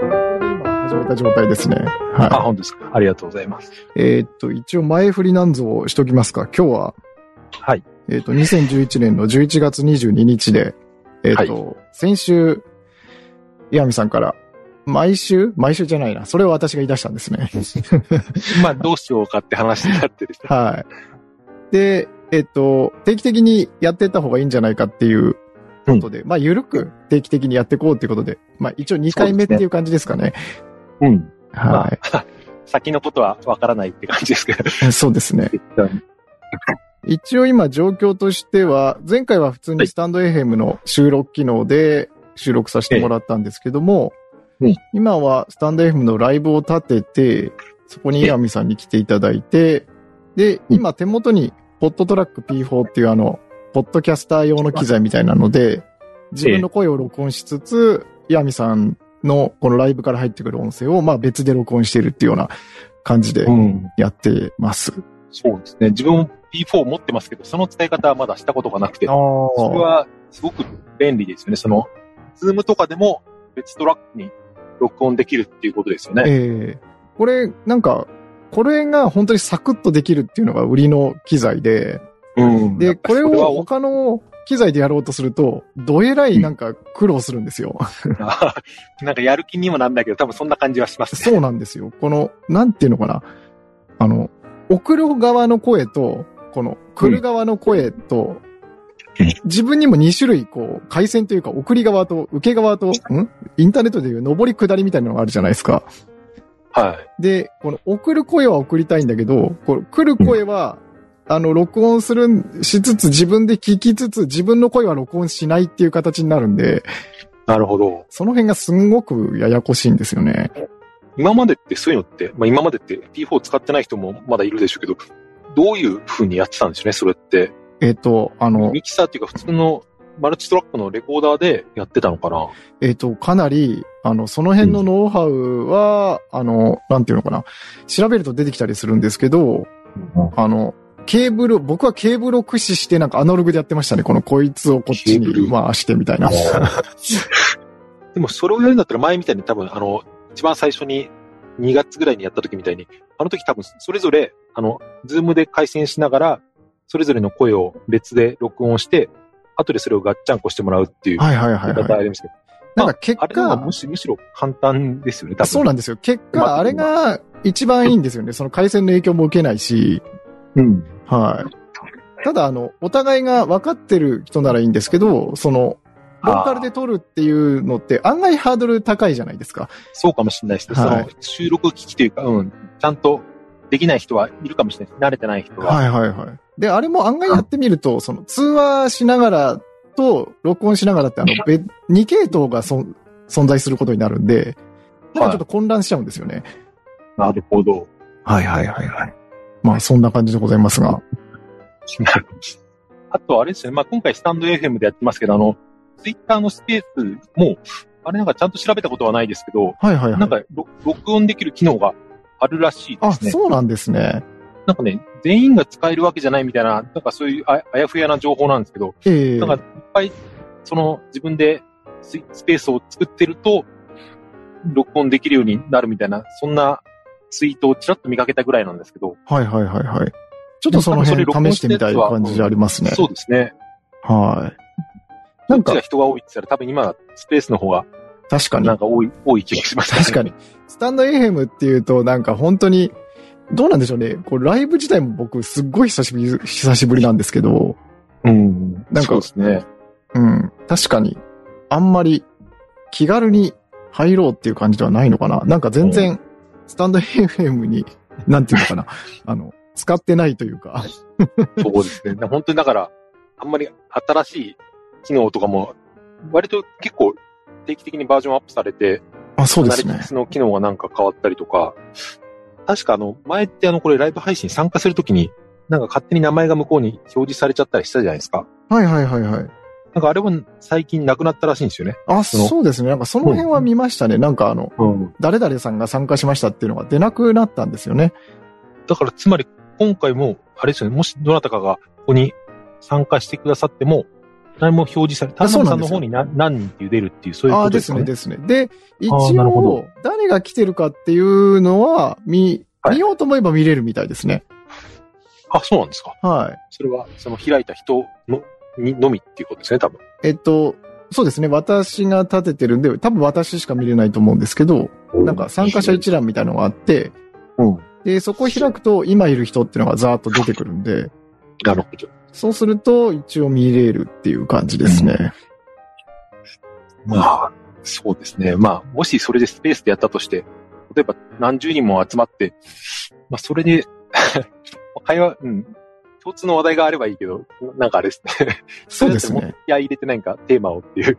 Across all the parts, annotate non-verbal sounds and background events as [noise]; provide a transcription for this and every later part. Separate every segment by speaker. Speaker 1: 今始めた状態ですね。
Speaker 2: あ、
Speaker 1: は
Speaker 2: 本当ですか。ありがとうございます。
Speaker 1: い。えーっと、一応前振りなんぞをしときますか。今日は、
Speaker 2: はい。
Speaker 1: えーっと、2011年の11月22日で、えーっと、先週、岩見さんから、毎週毎週じゃないな。それを私が言い出したんですね。
Speaker 2: [laughs]
Speaker 1: [laughs]
Speaker 2: まあ、どうしようかって話になってですね。
Speaker 1: はい。で、えっと、定期的にやってった方がいいんじゃないかっていうことで、まあ、ゆるく定期的にやっていこうっていうことで、まあ、一応2回目っていう感じですかね。
Speaker 2: うん。
Speaker 1: は
Speaker 2: 先のことはわからないって感じですけ [laughs] ど。
Speaker 1: い。そうですね。一応今状況としては、前回は普通にスタンド FM の収録機能で収録させてもらったんですけども、
Speaker 2: ええうん
Speaker 1: 今はスタンド FM のライブを立てて、そこに岩見さんに来ていただいて、で、
Speaker 2: うん
Speaker 1: 今手元にポットトラック P4 っていうあの、ポッドキャスター用の機材みたいなので、自分の声を録音しつつ、岩見さんのこのライブから入ってくる音声をまあ別で録音してるっていうような感じで
Speaker 2: うん。
Speaker 1: やってます。
Speaker 2: そうですね。自分も P4 持ってますけど、その使い方はまだしたことがなくて、そ
Speaker 1: そ
Speaker 2: れはすごく便利ですよね。その、ズームとかでも別トラックに録音できるっていうことですよね。
Speaker 1: ええこれ、なんか、これが本当にサクッとできるっていうのが売りの機材で、
Speaker 2: うん
Speaker 1: で、これを
Speaker 2: は
Speaker 1: 他の機材でやろうとすると、どえらいなんか苦労するんですよ。 [laughs]
Speaker 2: なん [laughs] かやる気にもなんだけど、多分そんな感じはしますね。
Speaker 1: そうなんですよ。この、なんていうのかな。あの、送る側の声と、この、来る側の声と、
Speaker 2: うん
Speaker 1: 自分にも2種類、こう、回線というか、送り側と、受け側と、んインターネットでいう上り下りみたいなのがあるじゃないですか。
Speaker 2: はい。
Speaker 1: で、この送る声は送りたいんだけど、この来る声は、あの、録音するん、しつつ自分で聞きつつ自分の声は録音しないっていう形になるんで、
Speaker 2: なるほど。
Speaker 1: その辺がすんごくややこしいんですよね。
Speaker 2: 今までってそういうのって、まあ、今までって P4 使ってない人もまだいるでしょうけど、どういう風にやってたんですよね、それって。
Speaker 1: えっ、と、あの、
Speaker 2: ミキサーっていうか普通のマルチトラックのレコーダーでやってたのかな
Speaker 1: えっ、と、かなり、あの、その辺のノウハウは、あの、なんていうのかな、調べると出てきたりするんですけど、あの、ケーブル、僕はケーブルを駆使してなんかアナログでやってましたね。このこいつをこっち
Speaker 2: ケーブ
Speaker 1: に
Speaker 2: ル
Speaker 1: 回してみたいな。
Speaker 2: でもそれをやるんだったら前みたいに多分あの、一番最初に2月ぐらいにやった時みたいに、あの時多分それぞれ、あの、ズームで回線しながら、それぞれの声を列で録音して、後でそれをガッチャンコしてもらうっていう
Speaker 1: はいはいはい
Speaker 2: やり
Speaker 1: は
Speaker 2: 方あ
Speaker 1: い。
Speaker 2: りましたけ
Speaker 1: な
Speaker 2: ど、
Speaker 1: んか結
Speaker 2: あれの方が
Speaker 1: 果、
Speaker 2: むしむしろ簡単ですよね、多分。
Speaker 1: そうなんですよ。結
Speaker 2: ま
Speaker 1: 果、
Speaker 2: あ
Speaker 1: あれが一番いいんですよね。その回線の影響も受けないし、
Speaker 2: うん。
Speaker 1: はい。ただ、あの、お互いが分かってる人ならいいんですけど、その、ローカルで撮るっていうのって案外ハードル高いじゃないですか。
Speaker 2: そうかもしれないですね。
Speaker 1: はい
Speaker 2: その収録機器というか、うん、ちゃんとできない人はいるかもしれないです。慣れてない人は。
Speaker 1: はいはいはい。で、あれも案外やってみると、その通話しながらと録音しながらって、あの、べ2系統がそん存在することになるんで、なんかちょっと混乱しちゃうんですよね。
Speaker 2: なるほど。
Speaker 1: はいはいはいはい。まあ、そんな感じでございますが。
Speaker 2: あと、あれですね。まあ、今回スタンド FM でやってますけど、あの、ツイッターのスペースも、あれなんかちゃんと調べたことはないですけど、
Speaker 1: はいはいは
Speaker 2: ないん。かろ録音できる機能があるらしいで
Speaker 1: あ、
Speaker 2: すね。
Speaker 1: そうなんですね。
Speaker 2: なんかね、全員が使えるわけじゃないみたいな、なんかそういうああやふやな情報なんですけど、
Speaker 1: ええ
Speaker 2: なんかいっぱい、その自分でススペースを作ってると、録音できるようになるみたいな、そんなツイートをちらっと見かけたぐらいなんですけど。
Speaker 1: はいはいはいはい。ちょっとその辺試してみたい感じでありますね。
Speaker 2: そうですね。
Speaker 1: はい。
Speaker 2: な
Speaker 1: なんん
Speaker 2: か。
Speaker 1: か
Speaker 2: が、人が多いって言ったら多分今、スペースの方が
Speaker 1: 確かに
Speaker 2: な。んか多い、多い気がします、
Speaker 1: 確かに。。スタンド FM っていうと、なんか本当に、どうなんでしょうね。こう、ライブ自体も僕、すっごい久しぶり、久しぶりなんですけど、
Speaker 2: うん。
Speaker 1: なんか
Speaker 2: そうですね。
Speaker 1: うん。確かに、あんまり気軽に入ろうっていう感じではないのかな。なんか全然、スタンド FM に、なんていうのかな。あの、使ってないというか。
Speaker 2: そうですね。本当にだから、あんまり新しい機能とかも、割と結構定期的にバージョンアップされて、
Speaker 1: あ、そうで
Speaker 2: アナリ
Speaker 1: す
Speaker 2: ティ
Speaker 1: ね
Speaker 2: ク。スの機能がなんか変わったりとか、確かあの、前ってあの、これライブ配信参加するときに、なんか勝手に名前が向こうに表示されちゃったりしたじゃないですか。
Speaker 1: はいはいはいはい。
Speaker 2: なんかあれも最近なくなったらしいんですよね。
Speaker 1: あ、
Speaker 2: その
Speaker 1: そうですね。なんかその辺は見ましたね。なんかあの、
Speaker 2: うん。
Speaker 1: 誰々さんが参加しましたっていうのが出なくなったんですよね。
Speaker 2: だからつまり今回も、あれですよね、もしどなたかがここに参加してくださっても、何も表示され、田
Speaker 1: そう
Speaker 2: 中
Speaker 1: な
Speaker 2: さ
Speaker 1: ん
Speaker 2: ん
Speaker 1: で
Speaker 2: の
Speaker 1: すよ
Speaker 2: 方に何何人っていう出るっていう、そういう
Speaker 1: ああ、
Speaker 2: こと
Speaker 1: で
Speaker 2: ですす
Speaker 1: ね、
Speaker 2: ね。
Speaker 1: ですね。で、一
Speaker 2: あーなるほど
Speaker 1: 応、誰が来てるかっていうのは、見、
Speaker 2: はい
Speaker 1: 見ようと思えば見れるみたいですね。
Speaker 2: あ、そうなんですか。
Speaker 1: はい。
Speaker 2: それは、その開いた人の、にのみっていうことですね、多分。
Speaker 1: えっと、そうですね。私が立ててるんで、多分私しか見れないと思うんですけど、なんか参加者一覧みたいなのがあって、
Speaker 2: うん。
Speaker 1: で、そこを開くと、今いる人っていうのがザーッと出てくるんで、
Speaker 2: なるほど。
Speaker 1: そうすると、一応見れるっていう感じですね。
Speaker 2: まあ、そうですね。まあ、もしそれでスペースでやったとして、例えば何十人も集まって、まあ、それで、 [laughs] 会話、うん。共通の話題があればいいけど、なんかあれですね。
Speaker 1: そう
Speaker 2: [laughs]
Speaker 1: です
Speaker 2: れだともっ
Speaker 1: ね
Speaker 2: と。気合い入れてなんかテーマをっていう、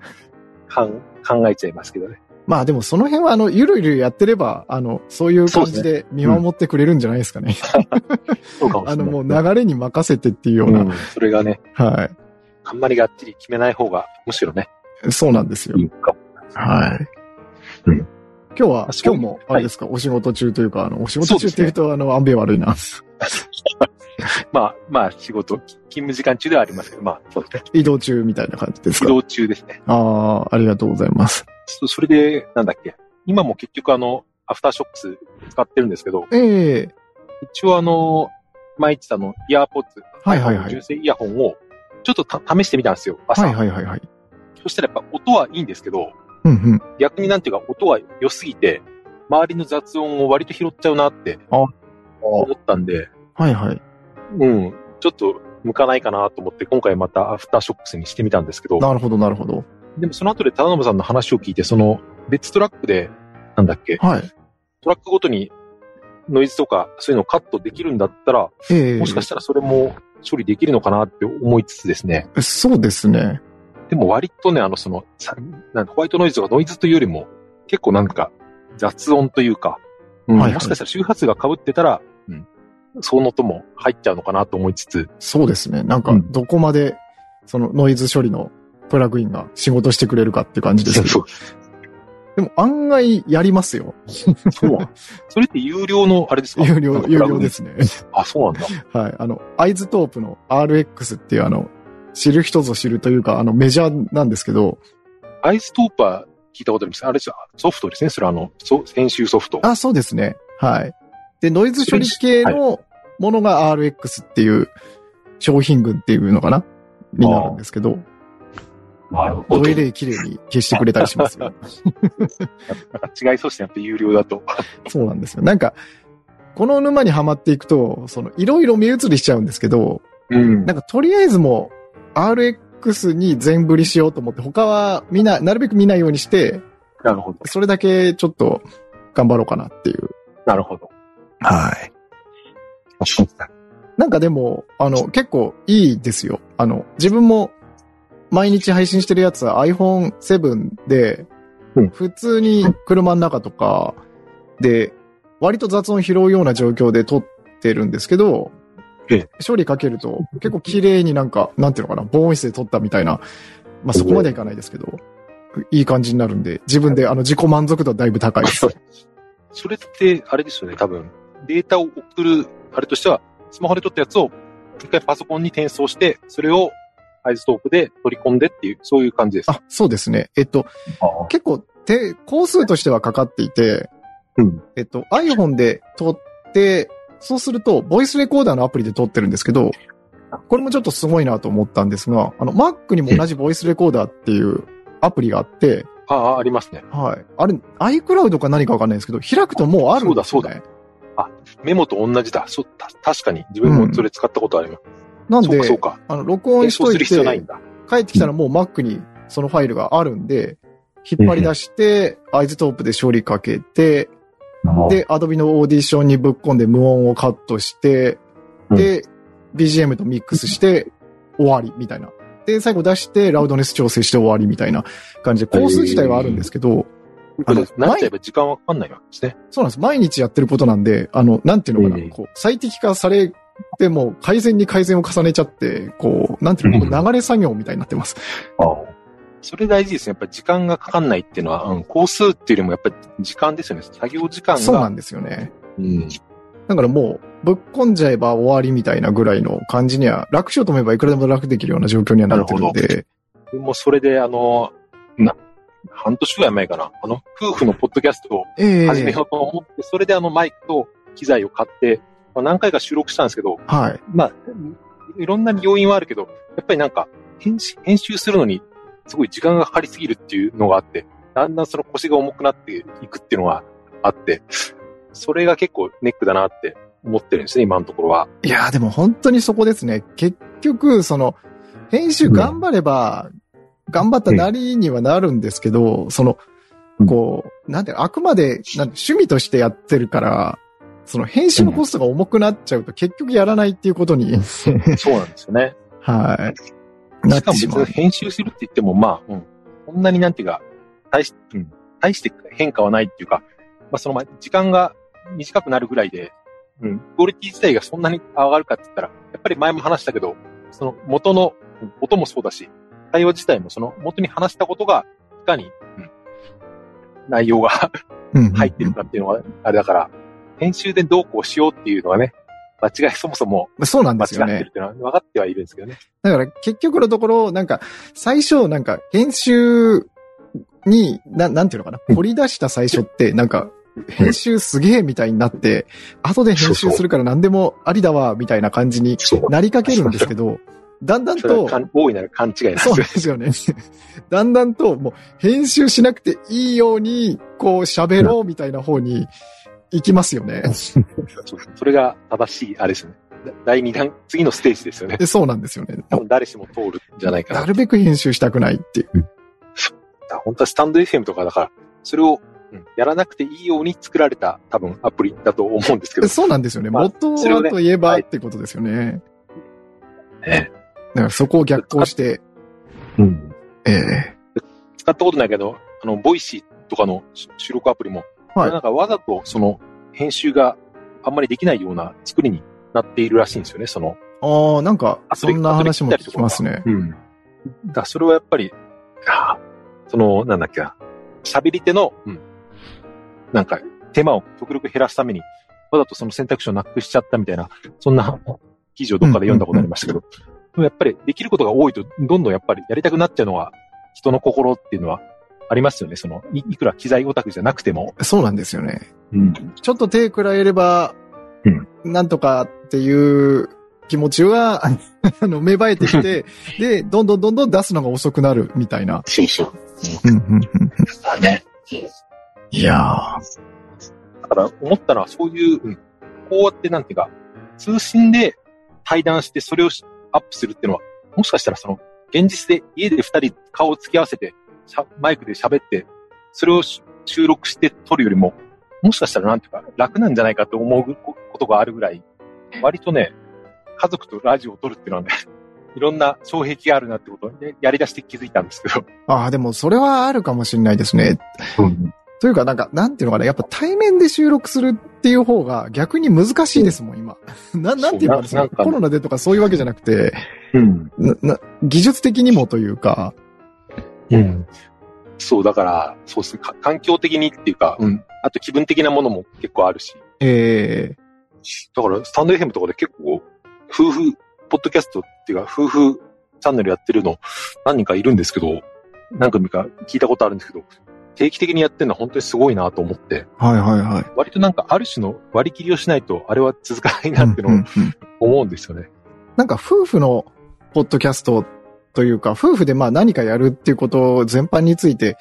Speaker 2: かん考えちゃいますけどね。
Speaker 1: まあでもその辺は、あの、ゆるゆるやってれば、あの、そういう感じで見守ってくれるんじゃないですかね。
Speaker 2: そうかもし
Speaker 1: あ
Speaker 2: れな
Speaker 1: の、
Speaker 2: い。
Speaker 1: もう流れに任せてっていうような。
Speaker 2: うん、それがね、
Speaker 1: は
Speaker 2: あんまりがっちり決めない方が、むしろね、
Speaker 1: い。そうなんですよ。
Speaker 2: いいかも。
Speaker 1: はい。
Speaker 2: うん
Speaker 1: 今日は、
Speaker 2: あそ
Speaker 1: 今
Speaker 2: う
Speaker 1: 日も、あれですか、お仕事中というか、あの、お仕事中
Speaker 2: そうで
Speaker 1: っ
Speaker 2: すね
Speaker 1: ていうと、あの、アンベ悪いな。
Speaker 2: まあ、まあ、仕事、勤務時間中ではありますけど、まあ、そうですね。
Speaker 1: 移動中みたいな感じですか。
Speaker 2: 移動中ですね。
Speaker 1: ああ、ありがとうございます。
Speaker 2: そそれで、なんだっけ。今も結局あの、アフターショックス使ってるんですけど、
Speaker 1: ええ
Speaker 2: 一応あの、前言ってたあの、イヤーポッツ、
Speaker 1: はいはいはい
Speaker 2: 純正イヤホンを、ちょっとた試してみたんですよ、朝。
Speaker 1: はいはいはいはい。
Speaker 2: そしたらやっぱ音はいいんですけど、
Speaker 1: うんうん。
Speaker 2: 逆になんていうか音は良すぎて、周りの雑音を割と拾っちゃうなって思ったんで、
Speaker 1: はいはい。
Speaker 2: うん、ちょっと向かないかなと思って、今回またアフターショックスにしてみたんですけど、
Speaker 1: なるほどなるほど。
Speaker 2: でもその後で田辺さんの話を聞いて、その別トラックで、なんだっけ、
Speaker 1: はい。
Speaker 2: トラックごとにノイズとかそういうのをカットできるんだったら、
Speaker 1: ええ
Speaker 2: もしかしたらそれも処理できるのかなって思いつつですね。
Speaker 1: そうですね。
Speaker 2: でも割とね、あのその、さなんホワイトノイズとかノイズというよりも、結構なんか雑音というか、うん
Speaker 1: はいはい
Speaker 2: もしかしたら周波数が被ってたら、うん、その音も入っちゃうのかなと思いつつ、
Speaker 1: そうですね。なんか
Speaker 2: う、ん
Speaker 1: どこまで、その、ノイズ処理のプラグインが仕事してくれるかって感じですけど。でも、案外、やりますよ。
Speaker 2: そうなんそれって有料の、あれですか。
Speaker 1: [laughs] 有料、有料ですすね。
Speaker 2: あ、そうなんだ。
Speaker 1: はい。あの、アイズトープの RX っていうあの、知る人ぞ知るというか、あの、メジャーなんですけど、
Speaker 2: アイストーパー聞いたことあります。あれですよソフトですね。それあの、そ編集ソフト。
Speaker 1: あ、そうですね。はい。で、ノイズ処理系のものが RX っていう商品群っていうのかなになるんですけど、
Speaker 2: なるほ
Speaker 1: ド
Speaker 2: ど
Speaker 1: エレイ綺麗に消してくれたりしますよ。
Speaker 2: なんか違いそうですね。やっぱ有料だと。
Speaker 1: そうなんですよ。なんか、この沼にはまっていくと、その、いろいろ目移りしちゃうんですけど、
Speaker 2: うん
Speaker 1: なんかとりあえずもう、RX に全振りしようと思って、他は見な、なるべく見ないようにして、
Speaker 2: なるほど。
Speaker 1: それだけちょっと頑張ろうかなっていう。
Speaker 2: なるほど。
Speaker 1: はい。
Speaker 2: う
Speaker 1: なんかでも、あの、結構いいですよ。あの、自分も毎日配信してるやつは iPhone7 で
Speaker 2: うん、
Speaker 1: 普通に車の中とかで、割と雑音拾うような状況で撮ってるんですけど
Speaker 2: ええ、
Speaker 1: 処理かけると結構綺麗になんか、なんていうのかな、防音室で撮ったみたいな、まあそこまではいかないですけど、いい感じになるんで、自分であの自己満足度はだいぶ高いです。
Speaker 2: それって、あれですよね。多分、データを送る、あれとしては、スマホで撮ったやつを、一回パソコンに転送して、それをアイストークで取り込んでっていう、そういう感じです。
Speaker 1: あ、そうですね。えっと、結構、て、工数としてはかかっていて、
Speaker 2: うん
Speaker 1: えっと、iPhone で撮って、そうすると、ボイスレコーダーのアプリで撮ってるんですけど、これもちょっとすごいなと思ったんですが、あの、Mac にも同じボイスレコーダーっていうアプリがあって、
Speaker 2: ああ、ありますね。
Speaker 1: はい。あれ、iCloud か何かわかんないですけど、開くともうあるんです
Speaker 2: そ
Speaker 1: よね
Speaker 2: うだメモと同じだ。そた確かに。自分もそれ使ったことあります。
Speaker 1: なん
Speaker 2: そう
Speaker 1: で
Speaker 2: か、、そうか。
Speaker 1: あの、録音
Speaker 2: 転
Speaker 1: しと
Speaker 2: 送
Speaker 1: い
Speaker 2: する
Speaker 1: て、
Speaker 2: 必要ないんだ。
Speaker 1: 帰ってきたらもう Mac にそのファイルがあるんで、引っ張り出して、アイズトープで処理かけて、で、Adobe のオーディションにぶっ込んで無音をカットして、で、BGM とミックスして終わりみたいな。で、最後出して、ラウドネス調整して終わりみたいな感じで、工数自体はあるんですけど、あの
Speaker 2: なっちゃえば時間はかかんないわけですね。
Speaker 1: そうなんです。毎日やってることなんで、あの、なんていうのか
Speaker 2: ええ
Speaker 1: な、こう、最適化されても、改善に改善を重ねちゃって、こう、なんていうの、こう流れ作業みたいになってます。
Speaker 2: それ大事ですね。やっぱり時間がかかんないっていうのは、うん、工数っていうよりもやっぱり時間ですよね。作業時間が。
Speaker 1: そうなんですよね。
Speaker 2: うん
Speaker 1: だからもう、ぶっこんじゃえば終わりみたいなぐらいの感じには、楽しようと思えばいくらでも楽できるような状況にはなってるので、
Speaker 2: もうそれで、あの、な、半年ぐらい前かな。あの、夫婦のポッドキャストを
Speaker 1: ええ
Speaker 2: 始めようと思って、それであのマイクと機材を買って、まあ、何回か収録したんですけど、
Speaker 1: はい。
Speaker 2: まあ、いろんな要因はあるけど、やっぱりなんか、編集編集するのに、すごい時間がかかりすぎるっていうのがあって、だんだんその腰が重くなっていくっていうのがあって、それが結構ネックだなって思ってるんですね、今のところは。
Speaker 1: いやーでも本当にそこですね。結局、その、編集頑張れば、頑張ったなりにはなるんですけど、その
Speaker 2: う、ん
Speaker 1: こう、なんていうのあくまで、なんて趣味としてやってるから、その編集のコストが重くなっちゃうと結局やらないっていうことに、
Speaker 2: そうなんですよね。
Speaker 1: はい。なっ
Speaker 2: しか
Speaker 1: て
Speaker 2: も
Speaker 1: し
Speaker 2: 別
Speaker 1: まう
Speaker 2: に。編集するって言っても、まあ、うん、こんなになんていうか、大し,、うん、大して変化はないっていうか、まあそのまあ時間が短くなるぐらいで、うん、クオリティ自体がそんなに上がるかって言ったら、やっぱり前も話したけど、その元のうん音もそうだし、対話自体もその元に話したことが、いかに、うん、内容が
Speaker 1: うん
Speaker 2: 入ってるかっていうのは、あれだから、編集でどうこうしようっていうのはね、間違いそもそも
Speaker 1: そうなん
Speaker 2: 間
Speaker 1: で
Speaker 2: 違
Speaker 1: すよ
Speaker 2: って
Speaker 1: ね
Speaker 2: るっ。ていうのは分かってはいるんですけどね。
Speaker 1: だから結局のところ、なんか、最初、なんか、編集に、ななんていうのか
Speaker 2: う
Speaker 1: な、
Speaker 2: ん
Speaker 1: 掘り出した最初って、なんか、編集すげえみたいになって、後で編集するから何でもありだわ、みたいな感じに
Speaker 2: そう
Speaker 1: なりかけるんですけど、だんだん
Speaker 2: それ
Speaker 1: と
Speaker 2: は、かん大いなる勘違いなんです
Speaker 1: そう
Speaker 2: よ
Speaker 1: なんですよね。 [laughs] だんだんと、もう、編集しなくていいように、こう、喋ろうみたいな方に行きますよね。
Speaker 2: そう [laughs] それが正しい、あれですよね。だ第2弾、次のステージですよ
Speaker 1: [laughs]
Speaker 2: ね。
Speaker 1: でそうなんですよね。
Speaker 2: 多分誰しも通るんじゃないかな
Speaker 1: な。るべく編集したくないっていう。
Speaker 2: 本当はスタンド FM とかだから、それを、うんやらなくていいように作られた多分アプリだと思うんですけど、
Speaker 1: そうなんですよね。
Speaker 2: まあ
Speaker 1: 元
Speaker 2: それを
Speaker 1: は
Speaker 2: ね
Speaker 1: といえば
Speaker 2: はい
Speaker 1: ってことですよね。
Speaker 2: ね
Speaker 1: だからそこを逆行して、ええ
Speaker 2: 使ったことないけど、あの、ボイシーとかのし収録アプリも、
Speaker 1: はい
Speaker 2: なんかわざとその編集があんまりできないような作りになっているらしいんですよね、その。
Speaker 1: ああ、なんか、
Speaker 2: あ
Speaker 1: そんな話も聞きますね。
Speaker 2: うん。だからそれはやっぱり、ああその、なんだっけな、喋り手の、うん。なんか、手間を極力減らすために、わざとその選択肢をなくしちゃったみたいな、そんな記事をどっかで読んだことありましたけど、でもやっぱりできることが多いと、どんどんやっぱりやりたくなっちゃうのは、人の心っていうのはありますよね。その、いいくら機材オタクじゃなくても。
Speaker 1: そうなんですよね。
Speaker 2: うん。
Speaker 1: ちょっと手くらえれば、
Speaker 2: うん
Speaker 1: なんとかっていう気持ち
Speaker 2: [laughs]
Speaker 1: は、あの、芽生えてきて、で、どんどんどんどん出すのが遅くなるみたいな。
Speaker 2: そうそう。だね。
Speaker 1: いやー
Speaker 2: だから思ったのはそういう、うんこうやってなんていうか、通信で対談してそれをしアップするっていうのは、もしかしたらその、現実で家で二人顔を付き合わせて、しゃマイクで喋って、それをし収録して撮るよりも、もしかしたらなんていうか、楽なんじゃないかと思うことがあるぐらい、割とね、家族とラジオを撮るっていうのはね、いろんな障壁があるなってことをね、やり出して気づいたんですけど。
Speaker 1: ああ、でもそれはあるかもしれないですね。というか、なんか、なんていうのかな、やっぱ対面で収録するっていう方が逆に難しいですもん、今。な、なんていうのかな
Speaker 2: そうななんかね
Speaker 1: コロナでとかそういうわけじゃなくて、
Speaker 2: うん。
Speaker 1: な、な、技術的にもというか、
Speaker 2: うん。そう、だから、そうですね。か環境的にっていうか、うん。あと気分的なものも結構あるし。
Speaker 1: ええ
Speaker 2: だから、スタンド FM とかで結構、夫婦、ポッドキャストっていうか、夫婦チャンネルやってるの何人かいるんですけど、何組か聞いたことあるんですけど、定期的にやってるのは本当にすごいなと思って、
Speaker 1: はいはいはい。
Speaker 2: 割となんかある種の割り切りをしないと、あれは続かないなって
Speaker 1: うんう
Speaker 2: のを
Speaker 1: んうん
Speaker 2: 思うんですよね。
Speaker 1: なんか夫婦のポッドキャストというか、夫婦でまあ何かやるっていうことを全般について、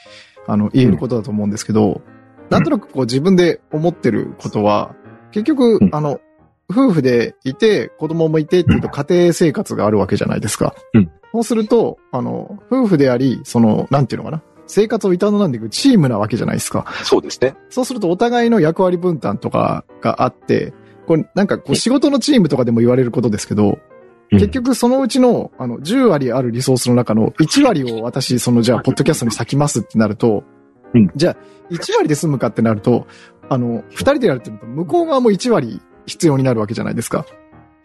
Speaker 1: あの、言えることだと思うんですけど、なんとなくこう自分で思ってることは、結局
Speaker 2: う、ん
Speaker 1: あの、夫婦でいて、子供もいてっていうと家庭生活があるわけじゃないですか。
Speaker 2: うん
Speaker 1: そうすると、あの、夫婦であり、その、なんていうのかな。生活を営んでいくチームなわけじゃないですか。
Speaker 2: そうですね。
Speaker 1: そうするとお互いの役割分担とかがあって、これなんかこう仕事のチームとかでも言われることですけど、結局そのうちの、あの、10割あるリソースの中の1割を私、その、じゃあ、ポッドキャストに割きますってなると、
Speaker 2: うん
Speaker 1: じゃあ、1割で済むかってなると、あの、2人でやるってなると、向こう側も1割必要になるわけじゃないですか。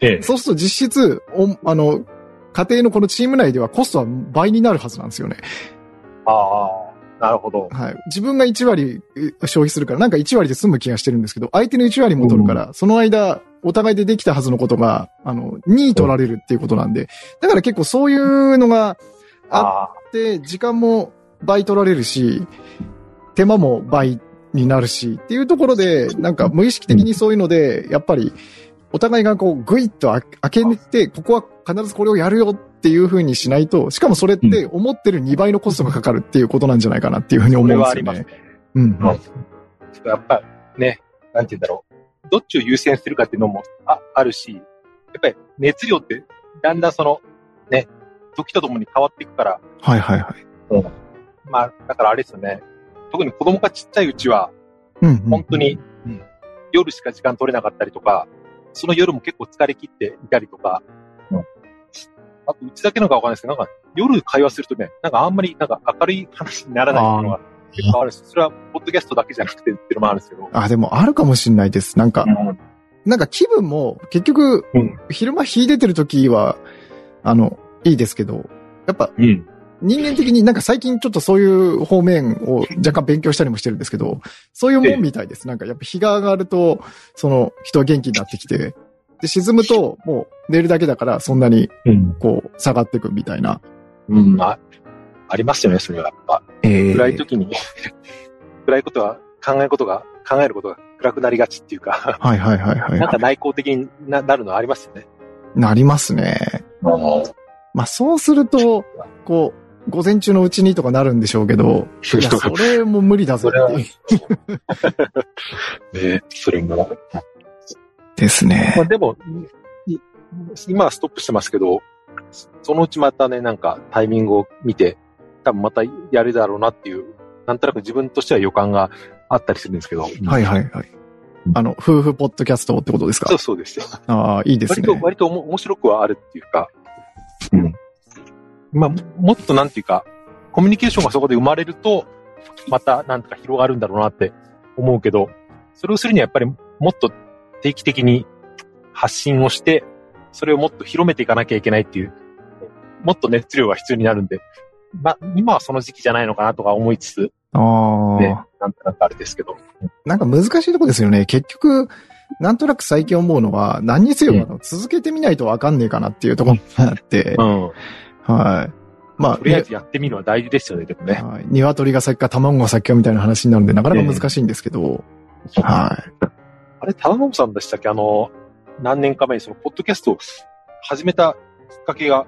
Speaker 2: ええ
Speaker 1: そうすると実質、おあの、家庭のこのチーム内ではコストは倍になるはずなんですよね。
Speaker 2: ああ、なるほど。
Speaker 1: はい。自分が1割え消費するから、なんか1割で済む気がしてるんですけど、相手の1割も取るから、その間、お互いでできたはずのことが、あの、2取られるっていうことなんで、だから結構そういうのが、あ
Speaker 3: あ
Speaker 1: って、時間も倍取られるし、手間も倍になるしっていうところで、なんか無意識的にそういうので、やっぱり、お互いがこう、ぐいっとあ開けて、ここは必ずこれをやるよっていう風にしないと、しかもそれって思ってる2倍のコストがかかるっていうことなんじゃないかなっていう風に
Speaker 2: こ
Speaker 1: 思うん
Speaker 2: れ
Speaker 1: ですよね。
Speaker 2: はありますね。
Speaker 1: うん。
Speaker 2: やっぱね、なんて言うんだろう。どっちを優先するかっていうのもああるし、やっぱり熱量ってだんだんその、ね、時とともに変わっていくから、
Speaker 1: はいはいはい。
Speaker 2: まあ、だからあれですよね。特に子供がちっちゃいうちは、
Speaker 1: うん、う
Speaker 2: 本
Speaker 1: ん。
Speaker 2: 当に、夜しか時間取れなかったりとか、その夜も結構疲れ切っていたりとか、
Speaker 3: うん
Speaker 2: あと、うちだけのかわかんないですけど、なんか、夜会話するとね、なんかあんまり、なんか明るい話にならないっていうのが結構あるし、それは、ポッドキャストだけじゃなくてっていうのもあるんですけど、
Speaker 1: あ、でもあるかもしれないです。なんか、
Speaker 3: うん
Speaker 1: なんか気分も結局、
Speaker 2: うん
Speaker 1: 昼間秀でてる時は、あの、いいですけど、やっぱ
Speaker 2: うん。
Speaker 1: 人間的になんか最近ちょっとそういう方面を若干勉強したりもしてるんですけど、そういうもんみたいです。なんかやっぱ日が上がると、その人は元気になってきて、で、沈むともう寝るだけだからそんなに
Speaker 3: うん。
Speaker 1: こう下がっていくみたいな。
Speaker 3: うん。
Speaker 2: まあ、ありますよね、それは。やっぱ、
Speaker 1: え
Speaker 2: 暗い時に、 [laughs] 暗いことは、考えることが、考えることが暗くなりがちっていうか、
Speaker 1: はいはいはいはい
Speaker 2: なん
Speaker 1: は
Speaker 2: か内向的にななるのはありますよね。
Speaker 1: い。なりますね。まあそうすると、こう、午前中のうちにとかなるんでしょうけど、いや、それも無理だぞっていう。
Speaker 2: ね、それも。
Speaker 1: です
Speaker 2: まあ
Speaker 1: ね。
Speaker 2: でも、い今はストップしてますけど、そのうちまたね、なんかタイミングを見て、多分またやるだろうなっていう、なんとなく自分としては予感があったりするんですけど。。
Speaker 1: はいいはいはい。あの、夫婦ポッドキャストってことですか
Speaker 2: そうそうですよ。
Speaker 1: ああ、いいです
Speaker 2: 割
Speaker 1: ね
Speaker 2: と、。割とおも面白くはあるっていうか、
Speaker 3: うん
Speaker 2: まあ、ももっとなんていうか、コミュニケーションがそこで生まれると、またなんとか広がるんだろうなって思うけど、それをするにはやっぱりもっと定期的に発信をして、それをもっと広めていかなきゃいけないっていう、もっと熱量が必要になるんで、まあ、今はその時期じゃないのかなとか思いつつ、
Speaker 1: ああ。
Speaker 2: ね、なんとなくあれですけど。
Speaker 1: なんか難しいとこですよね。結局、なんとなく最近思うのは、何にせよ、あの続けてみないとわかんねえかなっていうところがあって、
Speaker 2: うん。
Speaker 1: はい。まあ、
Speaker 2: とりあえずやってみるのは大事ですよね、でもね。
Speaker 1: はい鶏が先か卵が先かみたいな話になるんで、なかなか難しいんですけど、はい。
Speaker 2: あれ、タナノブさんでしたっけあの、何年か前にその、ポッドキャストを始めたきっかけが、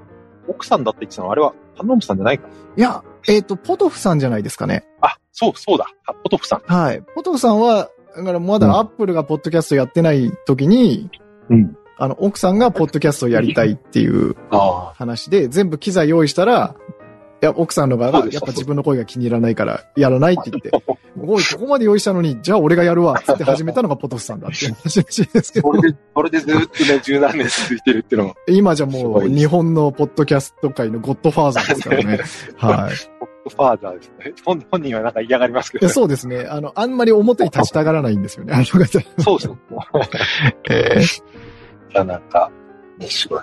Speaker 2: 奥さんだって言ってたのあれは、タナノブさんじゃないか。
Speaker 1: いや、えっ、と、ポトフさんじゃないですかね。
Speaker 2: あ、そう、そうだ。あポトフさん。
Speaker 1: はい。ポトフさんは、だからまだアップルがポッドキャストやってない時に、
Speaker 3: うん
Speaker 1: あの、奥さんがポッドキャストをやりたいっていう
Speaker 2: あ
Speaker 1: 話で、全部機材用意したら、いや、奥さんの側
Speaker 2: そう
Speaker 1: が、
Speaker 2: です
Speaker 1: やっぱ自分の声が気に入らないから、やらないって言って、おい、ここまで用意したのに、じゃあ俺がやるわ、つって始めたのがポトフさんだっていう話らしいですけど
Speaker 2: そ、れで、それでずっとね、十何年続いてるっていうのも、
Speaker 1: 今じゃ
Speaker 2: す
Speaker 1: も
Speaker 2: ご
Speaker 1: う
Speaker 2: い
Speaker 1: 日本のポッドキャスト界のゴッドファーザーですから
Speaker 2: [laughs]
Speaker 1: ね。はい。
Speaker 2: ポッドファーザーですね。本本人はなんか嫌がりますけ
Speaker 1: い
Speaker 2: ど、
Speaker 1: やそうですね。あの、あんまり表に立ちたがらないんですよ
Speaker 2: [laughs]
Speaker 1: ね、あの方。
Speaker 2: そうそう。
Speaker 1: え
Speaker 2: なんか、
Speaker 3: 面白い。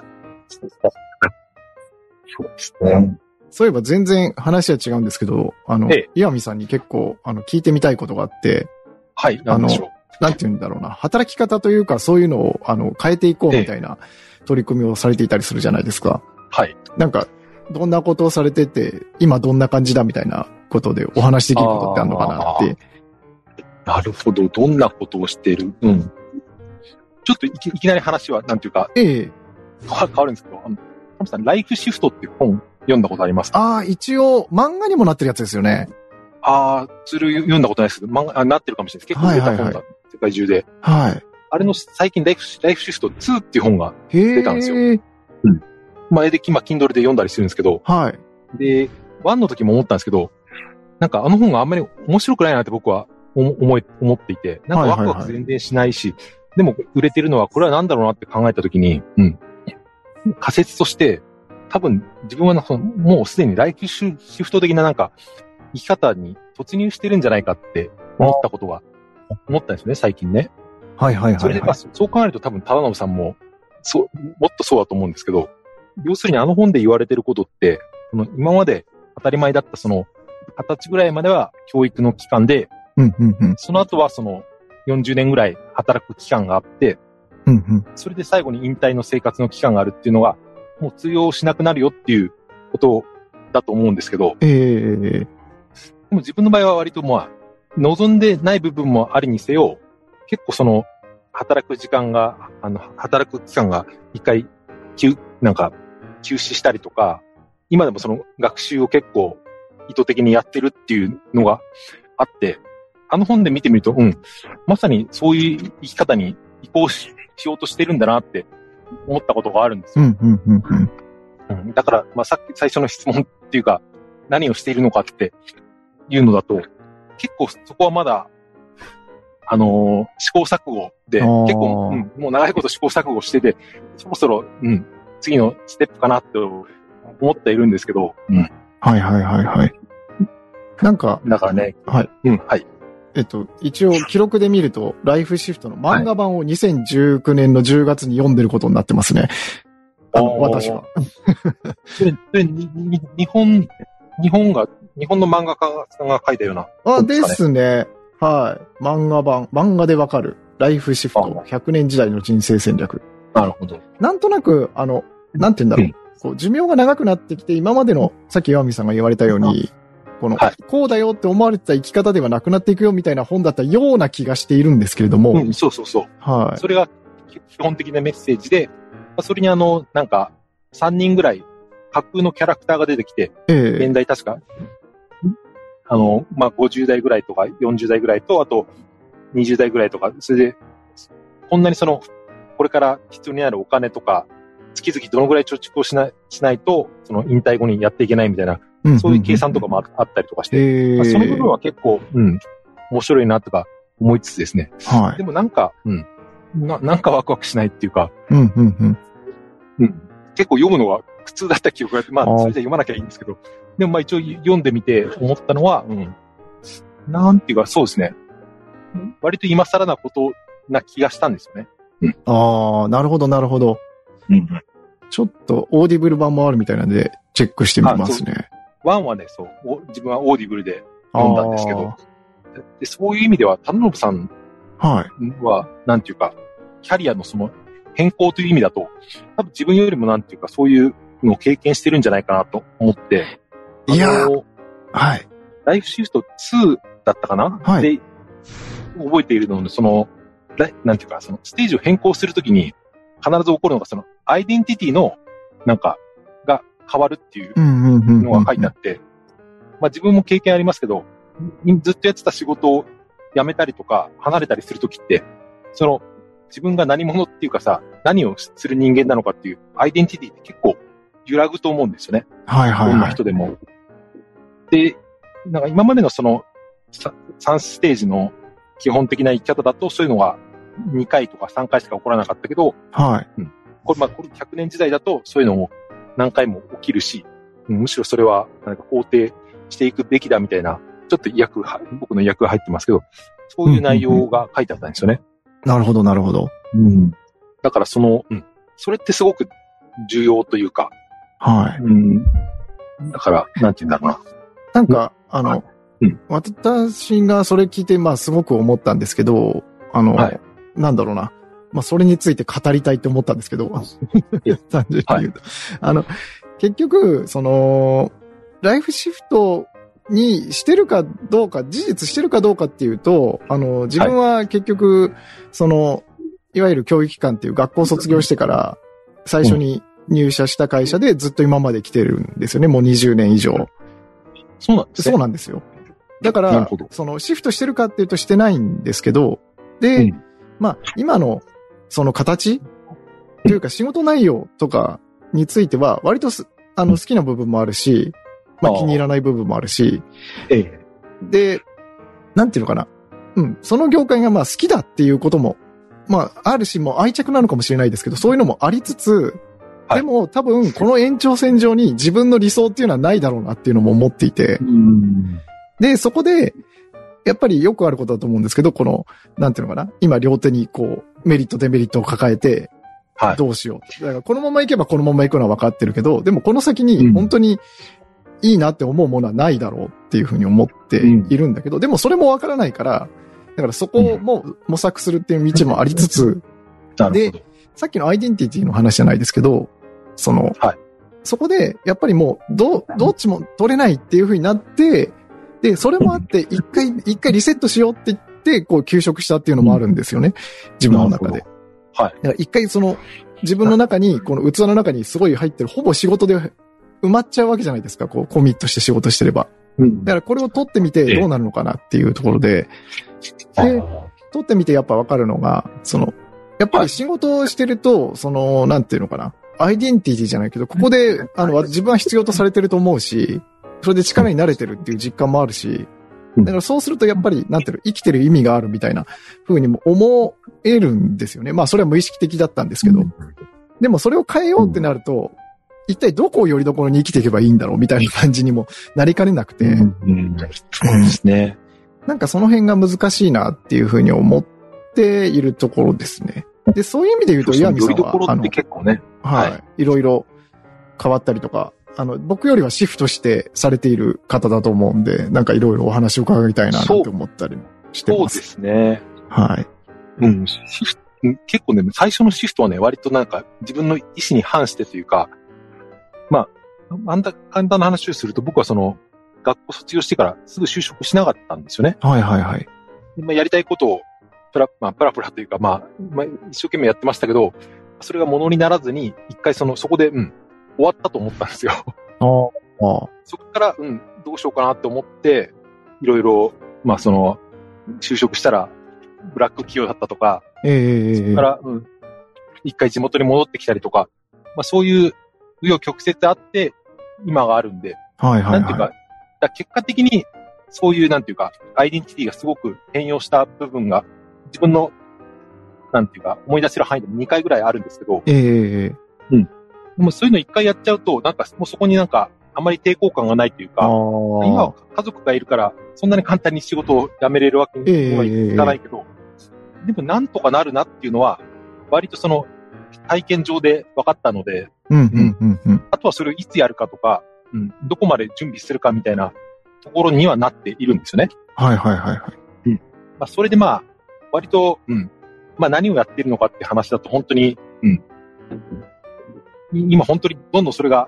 Speaker 3: そうですね。
Speaker 1: そういえば全然話は違うんですけど、あの
Speaker 2: ええ、
Speaker 1: 岩見さんに結構、あの、聞いてみたいことがあって、
Speaker 2: はい、なんでしょう。
Speaker 1: なんて言うんだろうな、働き方というか、そういうのを、あの、変えていこうみたいな取り組みをされていたりするじゃないですか。
Speaker 2: はい。
Speaker 1: なんか、どんなことをされてて、今どんな感じだみたいなことでお話しできることってあるのかなって。
Speaker 2: なるほど。どんなことをしている
Speaker 3: うん。
Speaker 2: ちょっといきいきなり話は、なんていうか、
Speaker 1: ええ。
Speaker 2: 変わるんですけど、あの、タムさん、ライフシフトっていう本読んだことありますか
Speaker 1: ああ、一応、漫画にもなってるやつですよね。
Speaker 2: ああ、それ読んだことないですけど、漫画、あなってるかもしれないです。結構出た
Speaker 1: は
Speaker 2: 本
Speaker 1: いは
Speaker 2: が、世界中で。
Speaker 1: はい。
Speaker 2: あれの最近、ライフライフシフト2っていう本が、
Speaker 1: へえ。
Speaker 2: 出たんですよ前で、今、Kindle で読んだりするんですけど、
Speaker 1: はい。
Speaker 2: で、1の時も思ったんですけど、なんかあの本があんまり面白くないなって僕は思思い思っていて、なんかワクワク全然しないし、でも売れてるのはこれは何だろうなって考えた時に、うん、仮説として、多分自分はなそのもうすでに来季シフト的ななんか生き方に突入してるんじゃないかって思ったことが、思ったんですよね、最近ね。
Speaker 1: はいはい
Speaker 2: そ
Speaker 1: は
Speaker 2: れ
Speaker 1: い
Speaker 2: で、ま
Speaker 1: は
Speaker 2: あ、そうそう考えると多分、忠信さんも、そう、もっとそうだと思うんですけど、要するにあの本で言われてることって、その今まで当たり前だったその、二十歳ぐらいまでは教育の期間で、
Speaker 1: い。うんうんうん。
Speaker 2: その後はその、40年ぐらい働く期間があって、
Speaker 1: うんうん。
Speaker 2: それで最後に引退の生活の期間があるっていうのが、もう通用しなくなるよっていうことをだと思うんですけど、
Speaker 1: ええ
Speaker 2: でも自分の場合は割とまあ、望んでない部分もありにせよ、結構その、働く時間が、あの、働く期間が一回、休、なんか、休止したりとか、今でもその学習を結構意図的にやってるっていうのがあって、あの本で見てみると、うん、まさにそういう生き方に移行ししようとしてるんだなって思ったことがあるんですよ
Speaker 1: うん、うん、うん、うん。
Speaker 2: うんだから、まあ、さっき最初の質問っていうか、何をしているのかっていうのだと、結構そこはまだ、あのー試行錯誤で、
Speaker 1: あー
Speaker 2: 結構、うん、もう長いこと試行錯誤してて、そろそろ、うん、次のステップかなって思っているんですけど、うん、
Speaker 1: はい、はい、はい、はい。なんか、
Speaker 2: だからね、
Speaker 1: はい。
Speaker 2: うん、はい。
Speaker 1: えっと、一応記録で見ると、ライフシフトの漫画版を2019年の10月に読んでることになってますね。あの
Speaker 2: おー
Speaker 1: 私は。
Speaker 2: それ、それにに日本、日本が、日本の漫画家さんが書いたような、
Speaker 1: あ、
Speaker 2: そうで
Speaker 1: です
Speaker 2: かね
Speaker 1: すね。はい。漫画版、漫画でわかる。ライフシフト、100年時代の人生戦略。
Speaker 2: なるほど。
Speaker 1: なんとなく、あの、なんて言うんだろう。
Speaker 2: うん
Speaker 1: こう寿命が長くなってきて、今までの、さっき岩見さんが言われたように、この、
Speaker 2: はい
Speaker 1: こうだよって思われてた生き方ではなくなっていくよみたいな本だったような気がしているんですけれども、
Speaker 2: うん、そうそうそう。
Speaker 1: はい。
Speaker 2: それが基本的なメッセージで、まあそれにあの、なんか、3人ぐらい架空のキャラクターが出てきて、
Speaker 1: ええ
Speaker 2: 現代確か、あの、まあ、50代ぐらいとか40代ぐらいと、あと20代ぐらいとか、それで、こんなにその、これから必要になるお金とか、月々どのぐらい貯蓄をしないしないと、その引退後にやっていけないみたいな、
Speaker 1: ん
Speaker 2: そういう計算とかもああったりとかして、
Speaker 1: ええ
Speaker 2: まあその部分は結構、うん、面白いなとか思いつつですね。
Speaker 1: はい。
Speaker 2: [laughs] でもなんか、うん。な、なんかワクワクしないっていうか、
Speaker 1: うん、うん、うん。
Speaker 2: うん。結構読むのは苦痛だった記憶があって、まあ、
Speaker 1: あー
Speaker 2: それじゃ読まなきゃいいんですけど、でもまあ一応読んでみて思ったのは、うん。なんていうか、そうですね。割と今更なことな気がしたんですよね。
Speaker 1: ああ、なるほど、なるほど。
Speaker 3: うん。
Speaker 1: ちょっと、オーディブル版もあるみたいなんで、チェックしてみますね。
Speaker 2: ワンはね、そう、お自分はオーディブルで読んだんですけど、でそういう意味では、田信さん
Speaker 1: あー。はい。
Speaker 2: は、なんていうか、キャリアのその変更という意味だと、多分自分よりもなんていうか、そういうのを経験してるんじゃないかなと思って、
Speaker 1: いや
Speaker 2: あ
Speaker 1: ー
Speaker 2: の
Speaker 1: はい。
Speaker 2: ライフシフト2だったかな、
Speaker 1: はい
Speaker 2: で、覚えているので、その、ライなんていうか、そのステージを変更するときに、必ず起こるのが、その、アイデンティティの、なんか、が変わるっていう
Speaker 1: うん、うん、うん。
Speaker 2: のが書いてあって、まあ自分も経験ありますけど、んずっとやってた仕事を辞めたりとか、離れたりするときって、その、自分が何者っていうかさ、何をする人間なのかっていう、アイデンティティって結構揺らぐと思うんですよね。
Speaker 1: はい、はい、
Speaker 2: どんな
Speaker 1: はい。
Speaker 2: 人でも。で、なんか今までのその3ステージの基本的な生き方だと、そういうのが2回とか3回しか起こらなかったけど、
Speaker 1: はい。
Speaker 2: これ、まあ、これ100年時代だとそういうのも何回も起きるし、うんむしろそれはなんか肯定していくべきだみたいな、ちょっと役は、僕の役が入ってますけど、そういう内容が書いてあったんですよね。
Speaker 1: なるほど、なるほど。
Speaker 3: うん。
Speaker 2: だからその、うん、それってすごく重要というか、
Speaker 1: はい。
Speaker 2: うん、だから、なんて言うんだろうな。
Speaker 1: なんか、あ
Speaker 2: は
Speaker 1: の
Speaker 2: いうん、
Speaker 1: 私がそれ聞いて、まあ、すごく思ったんですけど、あの
Speaker 2: はい、
Speaker 1: なんだろうな。まあ、それについて語りたいって思ったんですけど、 [laughs]
Speaker 2: え
Speaker 1: 単純に言うと。あの、結局、その、ライフシフトにしてるかどうか、事実してるかどうかっていうと、あの、自分は結局、その、いわゆる教育機関っていう学校を卒業してから、最初に入社した会社でずっと今まで来てるんですよね、もう20年以上。
Speaker 2: そうなんですね
Speaker 1: そうなんですよ。だか
Speaker 2: なる
Speaker 1: ら
Speaker 2: ほど、
Speaker 1: そのシフトしてるかっていうとしてないんですけど、で、
Speaker 2: うん
Speaker 1: まあ、今のその形というか仕事内容とかについては、割とすあの好きな部分もあるし、まあ
Speaker 2: あー
Speaker 1: 気に入らない部分もあるし、
Speaker 2: ええ。
Speaker 1: で、なんていうのかな。うん、その業界がまあ好きだっていうことも、まああるし、もう愛着なのかもしれないですけど、そういうのもありつつ、
Speaker 2: はい
Speaker 1: でも多分この延長線上に自分の理想っていうのはないだろうなっていうのも思っていて、
Speaker 3: うん。
Speaker 1: で、そこで、やっぱりよくあることだと思うんですけど、この、なんていうのかな。今両手にこう、メリット、デメリットを抱えて、
Speaker 2: はい
Speaker 1: どうしようって。だからこのまま行けばこのまま行くのは分かってるけど、でもこの先に
Speaker 3: うん
Speaker 1: 本当にいいなって思うものはないだろうっていうふうに思っているんだけど、でもそれも分からないから、だからそこも模索するっていう道もありつつ、
Speaker 2: なるほど。
Speaker 1: さっきのアイデンティティの話じゃないですけど、その、
Speaker 2: はい
Speaker 1: そこで、やっぱりもう、ど、どっちも取れないっていう風になって、で、それもあって、一回、一回リセットしようって言って、こう、休職したっていうのもあるんですよね。自分の中
Speaker 2: な
Speaker 1: で
Speaker 2: る。は
Speaker 1: だか
Speaker 2: い
Speaker 1: ら一回、その、自分の中に、この器の中にすごい入ってる、ほぼ仕事で埋まっちゃうわけじゃないですか。こう、コミットして仕事してれば。
Speaker 3: うん
Speaker 1: だからこれを取ってみてどうなるのかなっていうところで、で、取ってみてやっぱわかるのが、その、やっぱり仕事をしてると、その、なんていうのかな、アイデンティティじゃないけど、ここで、あの、自分は必要とされてると思うし、それで力に慣れてるっていう実感もあるし、だからそうするとやっぱり、なんていうの、生きてる意味があるみたいな風にも思えるんですよね。まあそれは無意識的だったんですけど、でもそれを変えようってなると、一体どこをよりどころに生きていけばいいんだろうみたいな感じにもなりかねなくて、
Speaker 3: うん
Speaker 2: そうですね。
Speaker 1: なんかその辺が難しいなっていうふうに思っているところですね。で、そういう意味で言うと、
Speaker 2: そうで
Speaker 1: 岩
Speaker 2: すね
Speaker 1: 見さん
Speaker 2: よりどこ
Speaker 1: は、あ
Speaker 2: ろっ
Speaker 1: の
Speaker 2: て、結構ね。
Speaker 1: はい、、
Speaker 2: はい
Speaker 1: ろいろ変わったりとか、あの、僕よりはシフトしてされている方だと思うんで、なんかいろいろお話を伺いたいなって思ったりもして
Speaker 2: そう
Speaker 1: ま。
Speaker 2: ですすね。
Speaker 1: はい。
Speaker 2: うん。シフトうん結構ね、最初のシフトはね、割となんか自分の意思に反してというか、まあ、あんだ簡単な話をすると僕はその、学校卒業してからすぐ就職しなかったんですよね。
Speaker 1: はいはいはい。
Speaker 2: まあ、やりたいことをプラ、まあ、プラプラというか、まあ、まあ、一生懸命やってましたけど、それがものにならずに、一回その、そこで、うん、終わったと思ったんですよ。 [laughs]
Speaker 1: ああ。
Speaker 2: そこから、うん、どうしようかなって思って、いろいろ、まあその、就職したら、ブラック企業だったとか、
Speaker 1: ええ
Speaker 2: そこから、うん、一回地元に戻ってきたりとか、まあそういう、紆余曲折あって、今があるんで、
Speaker 1: はいはい
Speaker 2: なんていうか、
Speaker 1: は
Speaker 2: だから結果的に、そういう、なんていうか、アイデンティティがすごく変容した部分が、自分の、なんていうか、思い出せる範囲でも2回ぐらいあるんですけど、
Speaker 1: い。ええええ
Speaker 2: でもそういうの1回やっちゃうと、なんか、もうそこになんか、あんまり抵抗感がないという
Speaker 1: あ
Speaker 2: か、今
Speaker 1: あ
Speaker 2: は。家族がいるから、そんなに簡単に仕事を辞めれるわけにはいかないけど、でもなんとかなるなっていうのは、割とその、体験上で分かったので、
Speaker 1: うんうんうんうん。
Speaker 2: あとはそれをいつやるかとか、うん、どこまで準備するかみたいなところにはなっているんですよね。
Speaker 1: はいはいはいはい。
Speaker 2: まあ、それでまあ、割と、うん、まあ何をやっているのかって話だと本当に、うん、い今本当にどんどんそれが、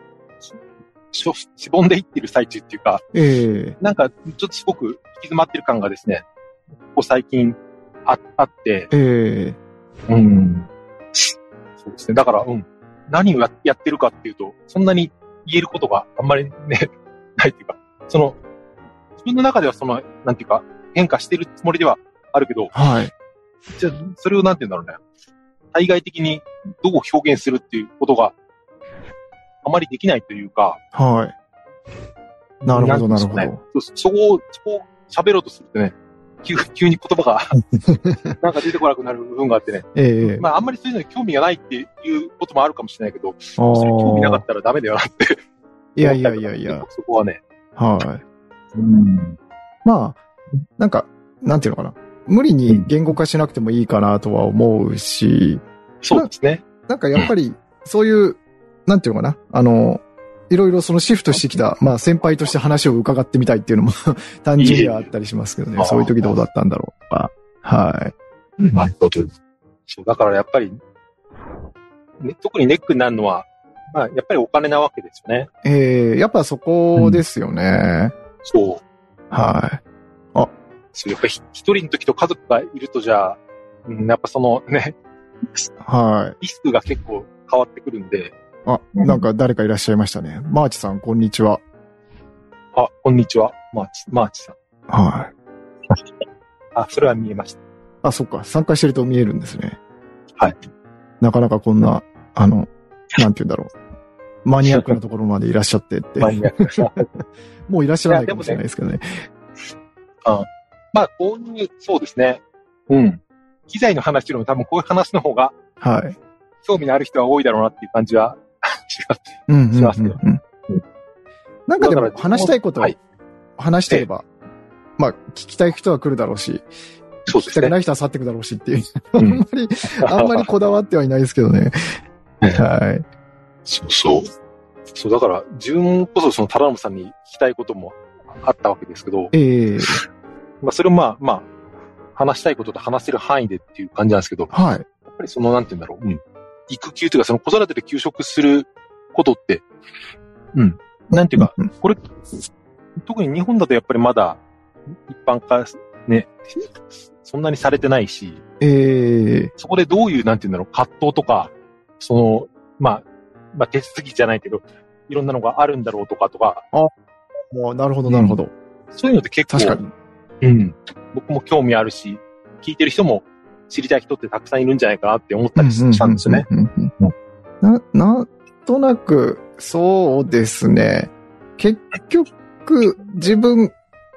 Speaker 2: ししょしぼんでいってる最中っていうか、
Speaker 1: ええ
Speaker 2: なんか、ちょっとすごく行き詰まってる感がですね、ここ最近ああって、
Speaker 1: ええ
Speaker 2: うん。そうですね。だから、うん。何をややってるかっていうと、そんなに言えることがあんまりね、 [laughs] ないっていうか、その、自分の中ではその、なんていうか、変化してるつもりではあるけど、
Speaker 1: はい。
Speaker 2: じゃあそれをなんて言うんだろうね。対外的にどう表現するっていうことがあまりできないというか、
Speaker 1: はい。なるほど
Speaker 2: ん
Speaker 1: な
Speaker 2: て
Speaker 1: る
Speaker 2: いうん
Speaker 1: ほど。
Speaker 2: ですかねそそこを、そこを喋ろうとするとね、急急に言葉
Speaker 1: [laughs]
Speaker 2: が、なんか出てこなくなる部分があってね、
Speaker 1: ええ
Speaker 2: まああんまりそういうのに興味がないっていうこともあるかもしれないけど、
Speaker 1: ああ
Speaker 2: それ興味なかったらダメだよなって思った
Speaker 1: いやいやいやい
Speaker 2: りと
Speaker 1: や
Speaker 2: か。。そこはね、
Speaker 1: はい。
Speaker 3: うん
Speaker 1: まあ、なんか、なんていうのかな。無理に言語化しなくてもいいかなとは思うし、
Speaker 2: そうですね。
Speaker 1: なんかやっぱり、そういう、なんていうのかな。あの、いろいろそのシフトしてきた、まあ先輩として話を伺ってみたいっていうのも [laughs] 単純にはあったりしますけど
Speaker 2: いえい
Speaker 1: ね。
Speaker 2: え
Speaker 1: そういう時どうだったんだろうとか。はい。
Speaker 3: なるほど。
Speaker 2: そうだからやっぱり、ね、特にネックになるのは、まあやっぱりお金なわけですよね。
Speaker 1: えー、やっぱそこですよね。
Speaker 2: そう。
Speaker 1: はい。
Speaker 2: そうやっぱりひ一人の時と家族がいるとじゃあ、うんやっぱそのね、
Speaker 1: はい。
Speaker 2: リスクが結構変わってくるんで、
Speaker 1: あ、なんか誰かいらっしゃいましたね。マーチさん、こんにちは。
Speaker 2: あ、こんにちは。マーチ、マーチさん。
Speaker 1: はい。
Speaker 2: あ、それは見えました。
Speaker 1: あ、そっか。参加してると見えるんですね。
Speaker 2: はい。
Speaker 1: なかなかこんな、あの、なんて言うんだろう。マニアックなところまでいらっしゃってって、
Speaker 2: マニアッ
Speaker 1: [laughs]
Speaker 2: クな
Speaker 1: もういらっしゃらないかもしれないですけどね。
Speaker 2: まあ、こういう、そうですね。うん。機材の話よりも多分こういう話の方が
Speaker 1: はい。
Speaker 2: 興味のある人は多いだろうなっていう感じはします。
Speaker 1: うんうんうんうん
Speaker 2: しますよ
Speaker 1: なんかで
Speaker 2: だ
Speaker 1: も
Speaker 2: から
Speaker 1: 話したいことを
Speaker 2: はい
Speaker 1: 話してれば、まあ、聞きたい人は来るだろうし、
Speaker 2: そう
Speaker 1: 聞き
Speaker 2: です
Speaker 1: たく
Speaker 2: ね。
Speaker 1: ない人は去っていくだろうしっていう、 [laughs] あ
Speaker 2: うん
Speaker 1: んまり、あんまりこだわってはいないですけどね。
Speaker 2: ええ
Speaker 1: はい。
Speaker 3: そうそう。
Speaker 2: そう、だから、自分こそその、タラムさんに聞きたいこともあったわけですけど、
Speaker 1: ええ
Speaker 2: まあ、それをまあ、まあ、話したいことと話せる範囲でっていう感じなんですけど、や
Speaker 1: はい。
Speaker 2: っぱりその、なんて言うんだろう。うん。育休というか、その子育てで休職することって、うん。なんていうか、
Speaker 1: うん
Speaker 2: これ、特に日本だとやっぱりまだ一般化ね、そんなにされてないし、
Speaker 1: ええ
Speaker 2: そこでどういう、なんていうんだろう、葛藤とか、その、まあ、まあ、手続きじゃないけど、いろんなのがあるんだろうとかとか、
Speaker 1: もうなるほど、なるほど。
Speaker 2: そういうのって結構、
Speaker 1: 確かに。
Speaker 2: うん。僕も興味あるし、聞いてる人も知りたい人ってたくさんいるんじゃないかなって思ったりしたんですよね。
Speaker 1: うんうんうんうん。な、なんとなく、そうですね。結局、自分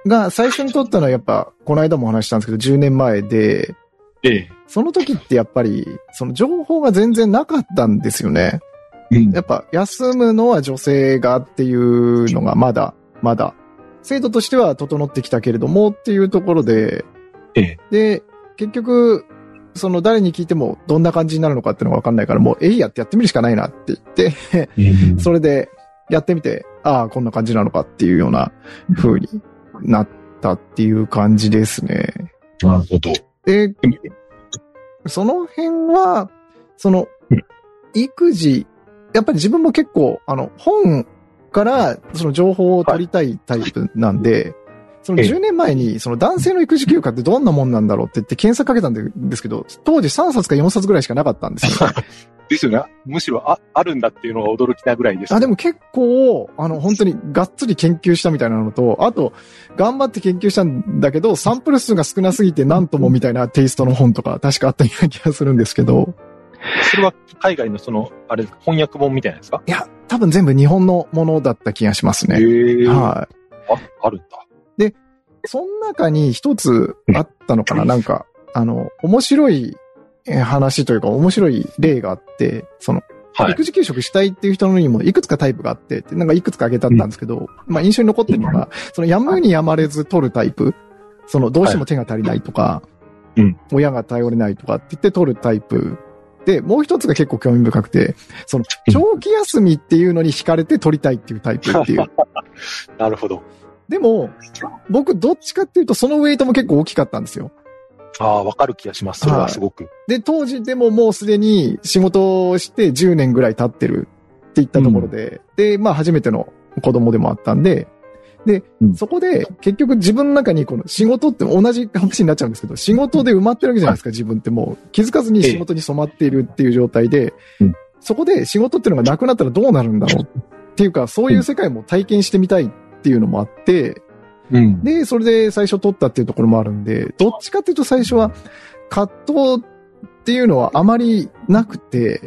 Speaker 1: が最初に撮ったのはやっぱ、この間もお話ししたんですけど、10年前で、
Speaker 2: ええ。
Speaker 1: その時ってやっぱり、その情報が全然なかったんですよね。
Speaker 3: うん
Speaker 1: やっぱ、休むのは女性がっていうのがまだ、まだ、制度としては整ってきたけれどもっていうところで、
Speaker 2: ええ
Speaker 1: で、結局、その誰に聞いてもどんな感じになるのかっていうのがわかんないから、もう、えいやってやってみるしかないなって言って、
Speaker 3: うん
Speaker 1: それでやってみて、ああ、こんな感じなのかっていうような風になったっていう感じですね。
Speaker 3: なるほど。
Speaker 1: で、その辺は、その
Speaker 2: うん、
Speaker 1: 育児、やっぱり自分も結構、あの、本から、その情報を取りたいタイプなんで、その
Speaker 2: ええ
Speaker 1: 10年前に、その男性の育児休暇ってどんなもんなんだろうって言 [laughs] って検索かけたんでですけど、当時3冊か4冊ぐらいしかなかったんですよ、ね。
Speaker 2: ですよね。むしろあ、あるんだっていうのが驚きなぐらいです。
Speaker 1: あ、でも結構、あの、本当にがっつり研究したみたいなのと、あと、頑張って研究したんだけど、サンプル数が少なすぎて何ともみたいなテイストの本とか、確かあったような気がするんですけど、
Speaker 2: それは海外のその、あれですか、翻訳本みたいなんですか
Speaker 1: いや、多分全部日本のものだった気がしますね。
Speaker 2: えあ、
Speaker 1: はい。
Speaker 2: あるんだ。
Speaker 1: その中に一つあったのかななんか、あの、面白いえー話というか、面白い例があって、その、
Speaker 2: はい。
Speaker 1: 育児休職したいっていう人のにもいくつかタイプがあって、でなんかいくつか挙げたったんですけど、まあ印象に残ってるのが、そのやむにやまれず取るタイプ、そのどうしても手が足りないとか、
Speaker 2: いうん
Speaker 1: 親が頼れないとかって言って取るタイプ。で、もう一つが結構興味深くて、その長期休みっていうのに惹かれて取りたいっていうタイプ
Speaker 2: [laughs]
Speaker 1: っていう。
Speaker 2: なるほど。
Speaker 1: でも、僕どっちかっていうとそのウェイトも結構大きかったんですよ。
Speaker 2: ああ、わかる気がします。それはすごく。
Speaker 1: で、当時でももうすでに仕事をして10年ぐらい経ってるっていったところで、で、まあ初めての子供でもあったんで、で、
Speaker 3: うん
Speaker 1: そこで結局自分の中にこの仕事って同じ話になっちゃうんですけど、仕事で埋まってるわけじゃないですか、自分ってもう気づかずに仕事に染まっているっていう状態で、
Speaker 3: うん
Speaker 1: そこで仕事っていうのがなくなったらどうなるんだろうっていうか、そういう世界も体験してみたいっていうのもあって、
Speaker 2: うん。
Speaker 1: で、それで最初取ったっていうところもあるんで、どっちかっていうと最初は葛藤っていうのはあまりなくて、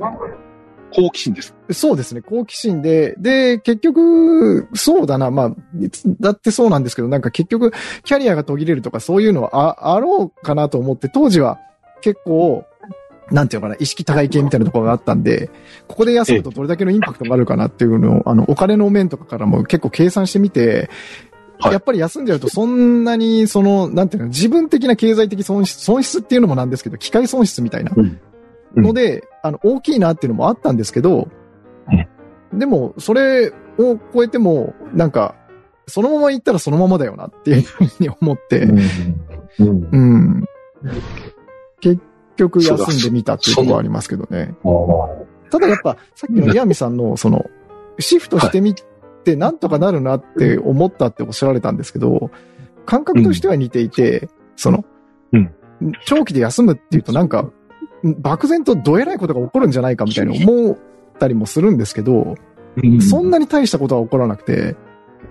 Speaker 2: 好奇心です。
Speaker 1: そうですね、好奇心で、で、結局、そうだな、まあ、だってそうなんですけど、なんか結局、キャリアが途切れるとかそういうのはああろうかなと思って、当時は結構、なんていうのかな、意識高い系みたいなところがあったんで、ここで休むとどれだけのインパクトがあるかなっていうのを、あの、お金の面とかからも結構計算してみて、
Speaker 2: はい
Speaker 1: やっぱり休んじゃうとそんなに、その、なんていうの、自分的な経済的損失、損失っていうのもなんですけど、機械損失みたいな。
Speaker 3: うん
Speaker 2: うん
Speaker 1: ので、あの、大きいなっていうのもあったんですけど、でも、それを超えても、なんか、そのまま行ったらそのままだよなっていうふうに思って、
Speaker 3: うんうん
Speaker 1: うん。結局休んでみたっていうところはありますけどね。
Speaker 3: あー
Speaker 1: ただやっぱ、さっきのリアミさんの、その、シフトしてみて、なんとかなるなって思ったっておっしゃられたんですけど、感覚としては似ていて、その
Speaker 2: うん、
Speaker 1: 長期で休むっていうとなんか、漠然とどえらいことが起こるんじゃないかみたいに思ったりもするんですけど、
Speaker 3: うん
Speaker 1: そんなに大したことは起こらなくて、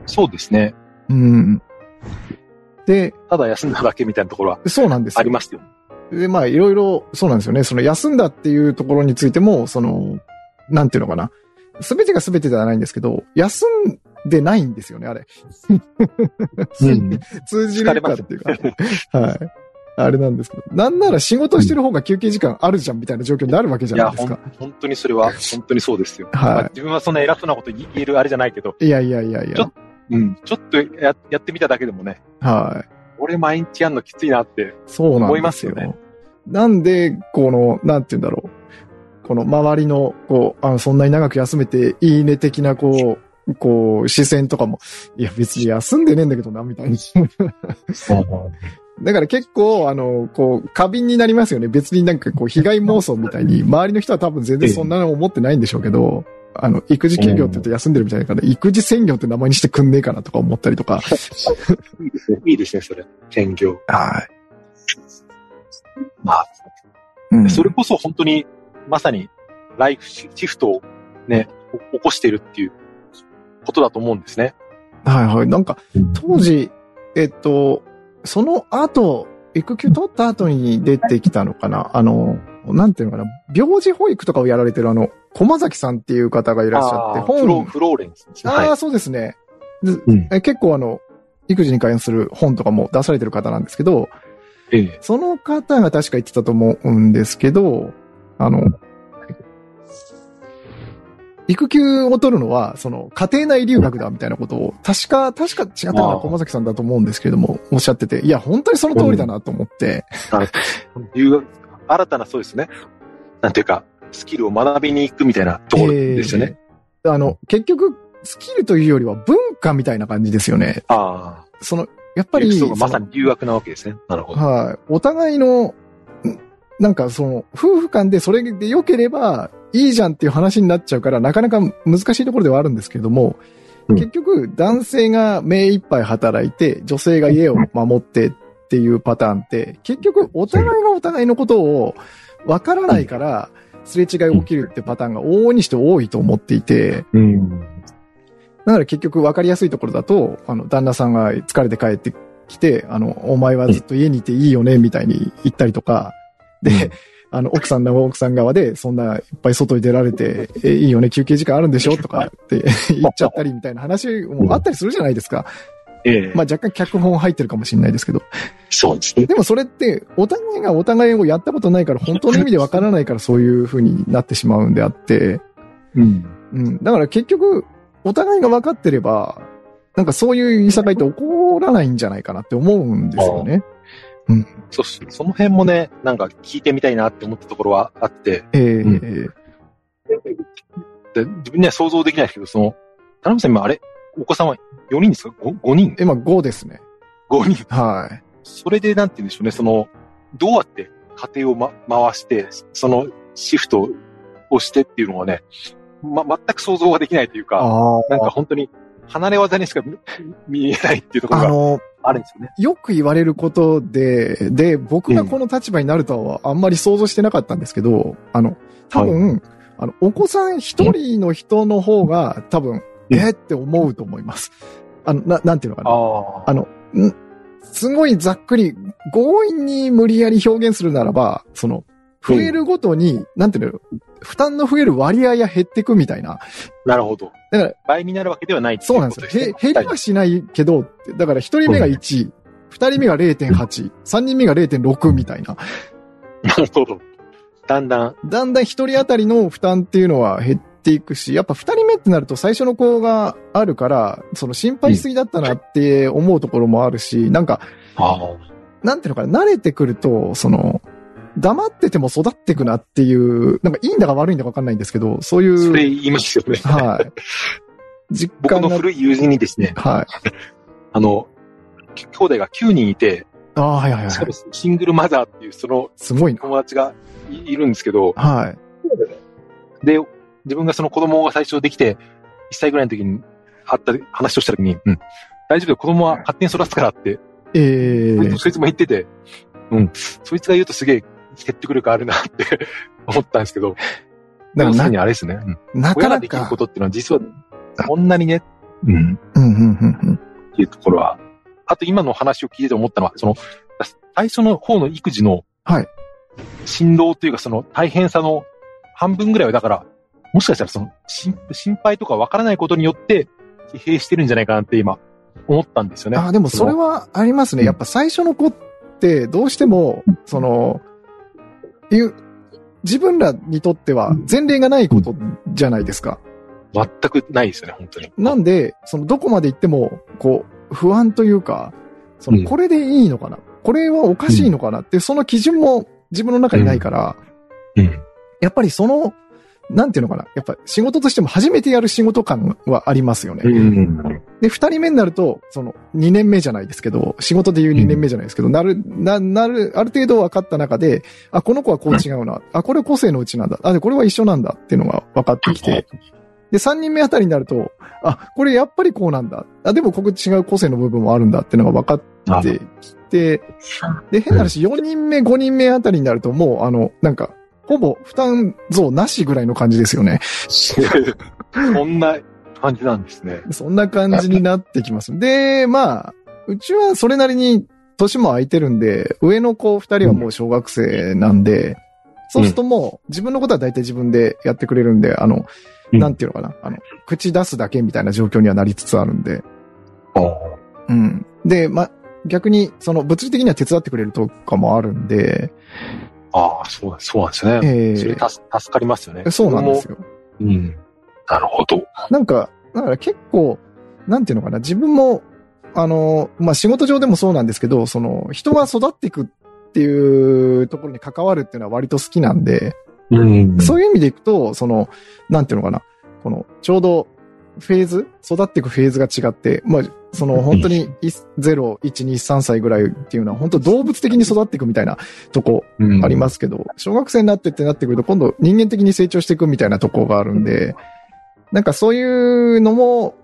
Speaker 2: そうですね。
Speaker 1: うん。で、
Speaker 2: ただ休んだだけみたいなところは
Speaker 1: そうなんですよ
Speaker 2: ありますよ。
Speaker 1: で、まあ、いろいろ、そうなんですよね。その、休んだっていうところについても、その、なんていうのかな。すべてがすべてではないんですけど、休んでないんですよね、あれ。
Speaker 3: うん
Speaker 1: 通じるかっていうか。はい。あれなんですけど。なんなら仕事してる方が休憩時間あるじゃん、みたいな状況になるわけじゃ
Speaker 2: い
Speaker 1: な
Speaker 2: や、
Speaker 1: いです
Speaker 2: ほん
Speaker 1: か。
Speaker 2: 本当にそれは、本当にそうですよ。まあ
Speaker 1: は
Speaker 2: 自分はそんな偉そうなこと言えるあれじゃないけど、
Speaker 1: い。いやいやいやい
Speaker 2: ちょ
Speaker 1: や
Speaker 2: っ。うん、ちょっとややってみただけでもね、
Speaker 1: はい。
Speaker 2: 俺毎日やんのきついなって、
Speaker 1: そうなん
Speaker 2: 思い
Speaker 1: で
Speaker 2: ますす
Speaker 1: よ。
Speaker 2: よね
Speaker 1: なんで、この、なんて言うんだろう。この周りの、こう、あの、そんなに長く休めていいね的な、こう、こう、視線とかも、いや、別に休んでねえんだけどな、みたいな。だから結構、あの、こう、過敏になりますよね。別になんかこう、被害妄想みたいに、周りの人は多分全然そんなの思ってないんでしょうけど、あの、育児休業って言って休んでるみたいだから、育児専業って名前にしてくんねえかなとか思ったりとか。
Speaker 2: いいですね。いいですね、それ。専業。
Speaker 1: はい。
Speaker 2: まあ、
Speaker 1: うん、
Speaker 2: それこそ本当に、まさに、ライフシシフトをね、お起こしてるっていうことだと思うんですね。
Speaker 1: はいはい。なんか、
Speaker 3: うん
Speaker 1: 当時、えっと、その後、育休取った後に出てきたのかなあの、なんていうのかな病児保育とかをやられてるあの、駒崎さんっていう方がいらっしゃって、
Speaker 2: あーフロ
Speaker 1: 本、
Speaker 2: フローレンスですね。
Speaker 1: あ
Speaker 2: は
Speaker 1: あ、そうですね。で
Speaker 3: ん
Speaker 1: え結構あの、育児に関する本とかも出されてる方なんですけど、
Speaker 2: い。ええ
Speaker 1: その方が確か言ってたと思うんですけど、あの、育休を取るのは、その、家庭内留学だみたいなことを、確か、確か違ったか
Speaker 2: あ
Speaker 1: な、
Speaker 2: あ
Speaker 1: 駒崎さんだと思うんですけれども、おっしゃってて、いや、本当にその通りだなと思って、
Speaker 2: いう、新たなそうですね。なんていうか、スキルを学びに行くみたいなところですよね。
Speaker 1: えーあの、結局、スキルというよりは文化みたいな感じですよね。
Speaker 2: ああ。
Speaker 1: その、やっぱり、
Speaker 2: そうがまさに留学なわけですね。なるほど。
Speaker 1: はい。お互いの、んなんかその、夫婦間でそれで良ければいいじゃんっていう話になっちゃうから、なかなか難しいところではあるんですけれども、
Speaker 3: うん
Speaker 1: 結局、男性が目いっぱい働いて、女性が家を守ってっていうパターンって、結局、お互いがお互いのことを分からないから、すれ違い起きるってパターンが往々にして多いと思っていて、
Speaker 3: うん。
Speaker 1: だから結局分かりやすいところだと、あの、旦那さんが疲れて帰ってきて、あの、お前はずっと家にいていいよね、みたいに言ったりとか、で、あの、奥さんの奥さん側で、そんないっぱい外に出られて、えいいよね、休憩時間あるんでしょとかって言っちゃったりみたいな話もあったりするじゃないですか。
Speaker 2: ええ
Speaker 1: まあ若干脚本入ってるかもしれないですけど。
Speaker 2: そうですね。
Speaker 1: でもそれって、お互いがお互いをやったことないから、本当の意味でわからないからそういう風になってしまうんであって、
Speaker 3: うん。
Speaker 1: うん。だから結局、お互いが分かってれば、なんかそういういさかいって起こらないんじゃないかなって思うんですよね。
Speaker 2: そうそその辺もね、なんか聞いてみたいなって思ったところはあって、
Speaker 1: ええ
Speaker 3: うん
Speaker 2: で自分には想像できないですけど、その、田辺さん今あれお子さんは4人ですか 5, 五人
Speaker 1: えまあ5ですね。
Speaker 2: ?5 人。
Speaker 1: はい。
Speaker 2: それでなんて言うんでしょうね、その、どうやって家庭を、ま、回して、そのシフトをしてっていうのはね、ま、全く想像ができないというか、
Speaker 1: ああ。
Speaker 2: なんか本当に離れ技にしか見見えないっていうところ
Speaker 1: あ
Speaker 2: が
Speaker 1: の、
Speaker 2: あるんですよね。
Speaker 1: よく言われることで、で、僕がこの立場になるとはあんまり想像してなかったんですけど、あの、多分、あの、お子さん一人の人の方が多分、
Speaker 3: うん
Speaker 1: えーって思うと思います。あの、な、なんていうのかな。
Speaker 2: あ
Speaker 1: あのすごいざっくり、強引に無理やり表現するならば、その、増えるごとに、なんていうの、負担の増える割合が減ってくみたいな。
Speaker 2: なるほど。
Speaker 1: だから、
Speaker 2: 倍になるわけではないってい
Speaker 1: そうなんですよ。
Speaker 2: こと
Speaker 1: へ減りはしないけど、だから一人目が1、二人目が0.8、三人目が0.6みたいな。
Speaker 2: なるほど。だんだん、
Speaker 1: だんだん一人当たりの負担っていうのは減っていくし、やっぱ二人目ってなると最初の子があるから、その心配しすぎだったなって思うところもあるし、なんか、なんていうのかな、慣れてくると、その、黙ってても育ってくなっていう、なんかいいんだか悪いんだかわかんないんですけど、そうい、
Speaker 2: そうれ言いますよね。 [laughs]
Speaker 1: はい。実
Speaker 2: 僕
Speaker 1: 感
Speaker 2: の
Speaker 1: が、
Speaker 2: 古い友人にですね、
Speaker 1: はい。
Speaker 2: あの、き兄弟が9人いて、
Speaker 1: ああ、はいはい
Speaker 2: し
Speaker 1: は
Speaker 2: か
Speaker 1: い
Speaker 2: も。シングルマザーっていうその
Speaker 1: すごいな。
Speaker 2: 友達がいいるんですけど、
Speaker 1: はい。
Speaker 2: で、自分がその子供が最初できて、1歳ぐらいの時に会った話をした時に、うん、大丈夫だよ、子供は勝手に育つからって、
Speaker 1: ええ
Speaker 2: そいつも言ってて、うん、そいつが言うとすげえ説得力あるなって [laughs] 思ったんですけど、で
Speaker 1: な
Speaker 2: も
Speaker 1: ん
Speaker 2: す
Speaker 1: か
Speaker 2: でに
Speaker 1: な
Speaker 2: あれですね、うん、
Speaker 1: な
Speaker 2: 親
Speaker 1: か
Speaker 2: が
Speaker 1: な
Speaker 2: できる
Speaker 1: か
Speaker 2: こ、とっていうのは実はこんなにね、うん、
Speaker 1: うんうんうんうん。
Speaker 2: っていうところは、あと今の話を聞いてて思ったのは、その、最初の方の育児の、
Speaker 1: はい
Speaker 2: 振動というかその大変さの半分ぐらいは、だから、もしかしたらその、心心配とかわからないことによって、疲弊してるんじゃないかなって今、思ったんですよね。
Speaker 1: ああ、でもそれはありますね。
Speaker 2: うん
Speaker 1: やっぱ最初の子って、どうしても、その、いう、自分らにとっては前例がないことじゃないですか。
Speaker 2: 全くないですよね、本当に。
Speaker 1: なんで、そのどこまで行っても、こう、不安というか、そ
Speaker 2: うん
Speaker 1: の、これでいいのかな、これはおかしいのかなっていう、その基準も自分の中にないから、
Speaker 2: うん。
Speaker 1: やっぱりその、なんていうのかなやっぱ仕事としても初めてやる仕事感はありますよね。
Speaker 2: うん。
Speaker 1: で、二人目になると、その、二年目じゃないですけど、仕事で言う二年目じゃないですけど、なる、な、なる、ある程度分かった中で、あ、この子はこう違うな、あ、これ個性のうちなんだ、あ、で、これは一緒なんだっていうのが分かってきて、で、3人目あたりになると、あ、これやっぱりこうなんだ。あ、でもここ違う個性の部分もあるんだっていうのが分かってきて、で、変な話、4人目、5人目あたりになるともう、あの、なんか、ほぼ負担増なしぐらいの感じですよね。
Speaker 2: [laughs] そんな感じなんですね。
Speaker 1: そんな感じになってきます。で、まあ、うちはそれなりに年も空いてるんで、上の子2人はもう小学生なんで、そうするともう自分のことは大体自分でやってくれるんで、あの、
Speaker 3: うん
Speaker 1: なんていうのかな、あの、口出すだけみたいな状況にはなりつつあるんで、
Speaker 3: ああ。
Speaker 1: うん。で、ま、逆に、その物理的には手伝ってくれるとかもあるんで、
Speaker 2: ああ、そうなんそうなんですね。
Speaker 1: え
Speaker 2: それ
Speaker 1: ー
Speaker 2: 助助かりますよね。
Speaker 1: そうなんですよ。
Speaker 3: うん。
Speaker 2: なるほど。
Speaker 1: なんか、だから結構、なんていうのかな、自分も、あの、まあ、仕事上でもそうなんですけど、その、人が育っていくっていうところに関わるっていうのは割と好きなんで、
Speaker 3: うん。
Speaker 1: そういう意味でいくと、その、なんていうのかな、この、ちょうど、フェーズ育っていくフェーズが違って、まあ、その本当に1 0、1、2、3歳ぐらいっていうのは本当動物的に育っていくみたいなとこ
Speaker 3: うん
Speaker 1: ありますけど、小学生になってってなってくると、今度人間的に成長していくみたいなとこがあるんで、なんかそういうのも、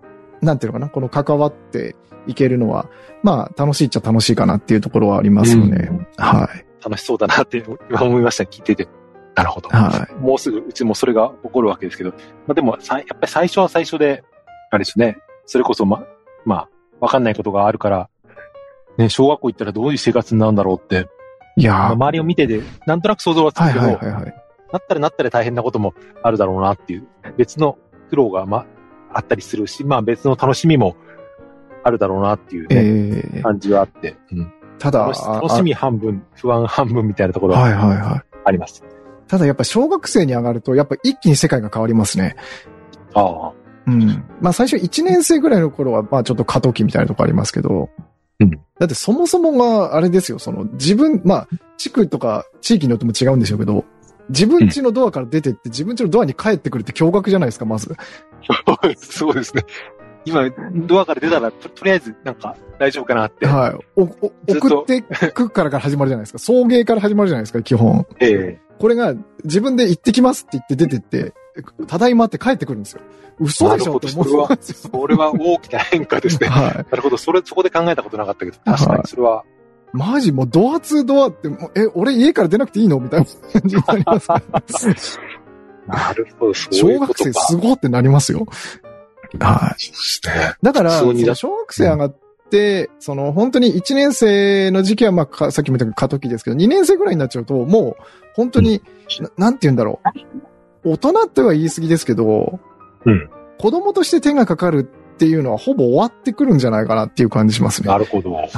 Speaker 1: なんていうのかな、この関わっていけるのは、まあ楽しいっちゃ楽しいかなっていうところはありますよね。はい。
Speaker 2: 楽しそうだなって [laughs] 今思いました、聞いてて。なるほど。
Speaker 1: は
Speaker 2: もうすぐうちもそれが起こるわけですけど、まあでもさ、やっぱり最初は最初で、あれですね、それこそま、まあ、わかんないことがあるから、ね、小学校行ったらどういう生活になるんだろうって、
Speaker 1: い。いやー
Speaker 2: まあ周りを見てて、なんとなく想像はつく
Speaker 1: はい
Speaker 2: けど、
Speaker 1: はいはいはい。
Speaker 2: なったらなったら大変なこともあるだろうなっていう、別の苦労が、まあ、あったりするし、まあ別の楽しみもあるだろうなっていうね、
Speaker 1: ええ
Speaker 2: 感じはあって、うん
Speaker 1: ただ、
Speaker 2: 楽し楽しみ半分、不安半分みたいなとこ
Speaker 1: あ
Speaker 2: ろ
Speaker 1: はい
Speaker 2: は
Speaker 1: はいはい。
Speaker 2: あります。
Speaker 1: ただやっぱ小学生に上がると、やっぱ一気に世界が変わりますね。
Speaker 2: ああ、 [laughs]
Speaker 1: うん。まあ最初1年生ぐらいの頃は、まあちょっと過渡期みたいなとこありますけど、
Speaker 3: うん
Speaker 1: だってそもそもが、あれですよ、その自分、まあ地区とか地域によっても違うんでしょうけど、自分家のドアから出てって、自分家のドアに帰ってくるって驚愕じゃないですか、まず。
Speaker 2: そうですね。今、ドアから出たら、ととりあえず、なんか、大丈夫かなって。
Speaker 1: はい。おお
Speaker 2: ずっと
Speaker 1: 送ってくからから始まるじゃないですか。送迎から始まるじゃないですか、基本。
Speaker 2: ええ
Speaker 1: これが自分で行ってきますって言って出てって、ただいまって帰ってくるんですよ。嘘でしょって思う。
Speaker 2: それは大きな変化で
Speaker 1: [laughs]
Speaker 2: すね。
Speaker 1: はい。
Speaker 2: なるほど。それ、そこで考えたことなかったけど、確かにそれは、
Speaker 1: マジもうドアツードアって、もうえ、俺家から出なくていいのみたい
Speaker 2: [laughs]
Speaker 1: な感じになりますから
Speaker 2: なるほど、そ
Speaker 1: [laughs]
Speaker 2: うい
Speaker 1: 小
Speaker 2: うこ
Speaker 1: 学
Speaker 2: と
Speaker 1: 生
Speaker 2: か。
Speaker 1: すごってなりますよ。はい。
Speaker 3: して。
Speaker 1: だから、
Speaker 2: 普通にだ
Speaker 1: その小学生上がって、その本当に1年生の時期は、まあか、さっきも言った過渡期ですけど、2年生ぐらいになっちゃうと、もう本当に、ななんて言うんだろう。大人っては言い過ぎですけど、
Speaker 2: うん
Speaker 1: 子供として手がかかるっていうのはほぼ終わってくるんじゃないかなっていう感じしますね。
Speaker 2: なるほど。
Speaker 1: はい。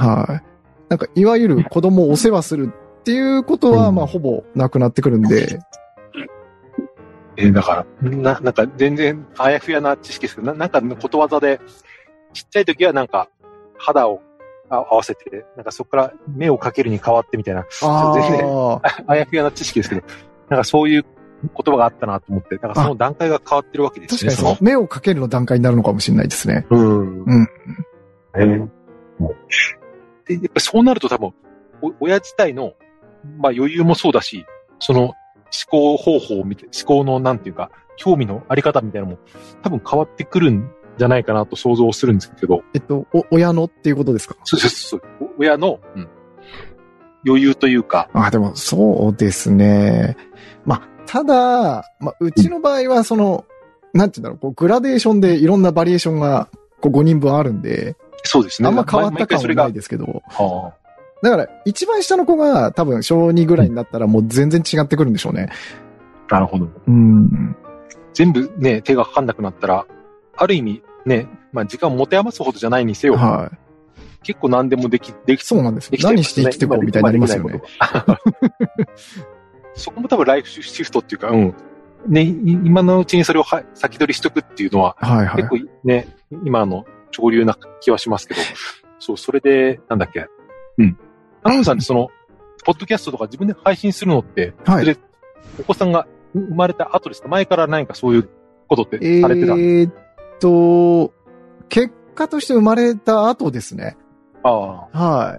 Speaker 1: なんか、いわゆる子供をお世話するっていうことは、
Speaker 3: うん
Speaker 1: まあ、ほぼなくなってくるんで、
Speaker 2: えーだから、な、なんか全然あやふやな知識ですけど、ななんかのことわざで、ちっちゃい時はなんか肌をあ合わせて、なんかそこから目をかけるに変わってみたいな、
Speaker 1: [laughs] あ
Speaker 2: 全然
Speaker 1: あ、
Speaker 2: あやふやな知識ですけど、なんかそういう言葉があったなと思って、なんかその段階が変わってるわけで
Speaker 1: 確
Speaker 2: す
Speaker 1: か
Speaker 2: ね。
Speaker 1: にその目をかけるの段階になるのかもしれないですね。
Speaker 2: そのうん。
Speaker 3: えー
Speaker 2: で、やっぱりそうなると多分、お親自体の、まあ余裕もそうだし、その思考方法を見て、思考のなんていうか、興味のあり方みたいなのも多分変わってくるんじゃないかなと想像するんですけど、
Speaker 1: えっと、お、親のっていうことですか
Speaker 2: そうそうそう。お親の、うん余裕というか、
Speaker 1: あ、でも、そうですね。まあ、ただ、まあ、うちの場合は、その、なんて言うんだろう、こう、グラデーションでいろんなバリエーションが、こう、5人分あるんで、
Speaker 2: そうですね。
Speaker 1: あんま変わった
Speaker 2: 毎
Speaker 1: 感
Speaker 2: 回そ
Speaker 1: は
Speaker 2: れ
Speaker 1: な
Speaker 2: が
Speaker 1: い、ですけど、
Speaker 2: は
Speaker 1: だから、一番下の子が、多分、小2ぐらいになったら、もう全然違ってくるんでしょうね。
Speaker 2: あなるほど。
Speaker 1: うん。
Speaker 2: 全部ね、手がかかんなくなったら、ある意味ね、まあ時間を持て余すほどじゃないにせよ、
Speaker 1: はい。
Speaker 2: 結構何でもでき、でき
Speaker 1: そうなんですよ
Speaker 2: できちゃいますね
Speaker 1: 何して生きてこうみたいになりますよね。
Speaker 2: 今できないことが [laughs] そこも多分ライフシフトっていうか、うん。ね、い今のうちにそれをは先取りしとくっていうのは、
Speaker 1: はいはい
Speaker 2: 結。構ね、今の潮流な気はしますけど、そう、それで、なんだっけ。うん。アナウンさんってその、ポッドキャストとか自分で配信するのって、
Speaker 1: は
Speaker 2: そ
Speaker 1: い。
Speaker 2: れお子さんが生まれた後ですか前から何かそういうことって
Speaker 1: え
Speaker 2: されてた、
Speaker 1: ーっと、結果として生まれた後ですね。
Speaker 2: ああ。
Speaker 1: は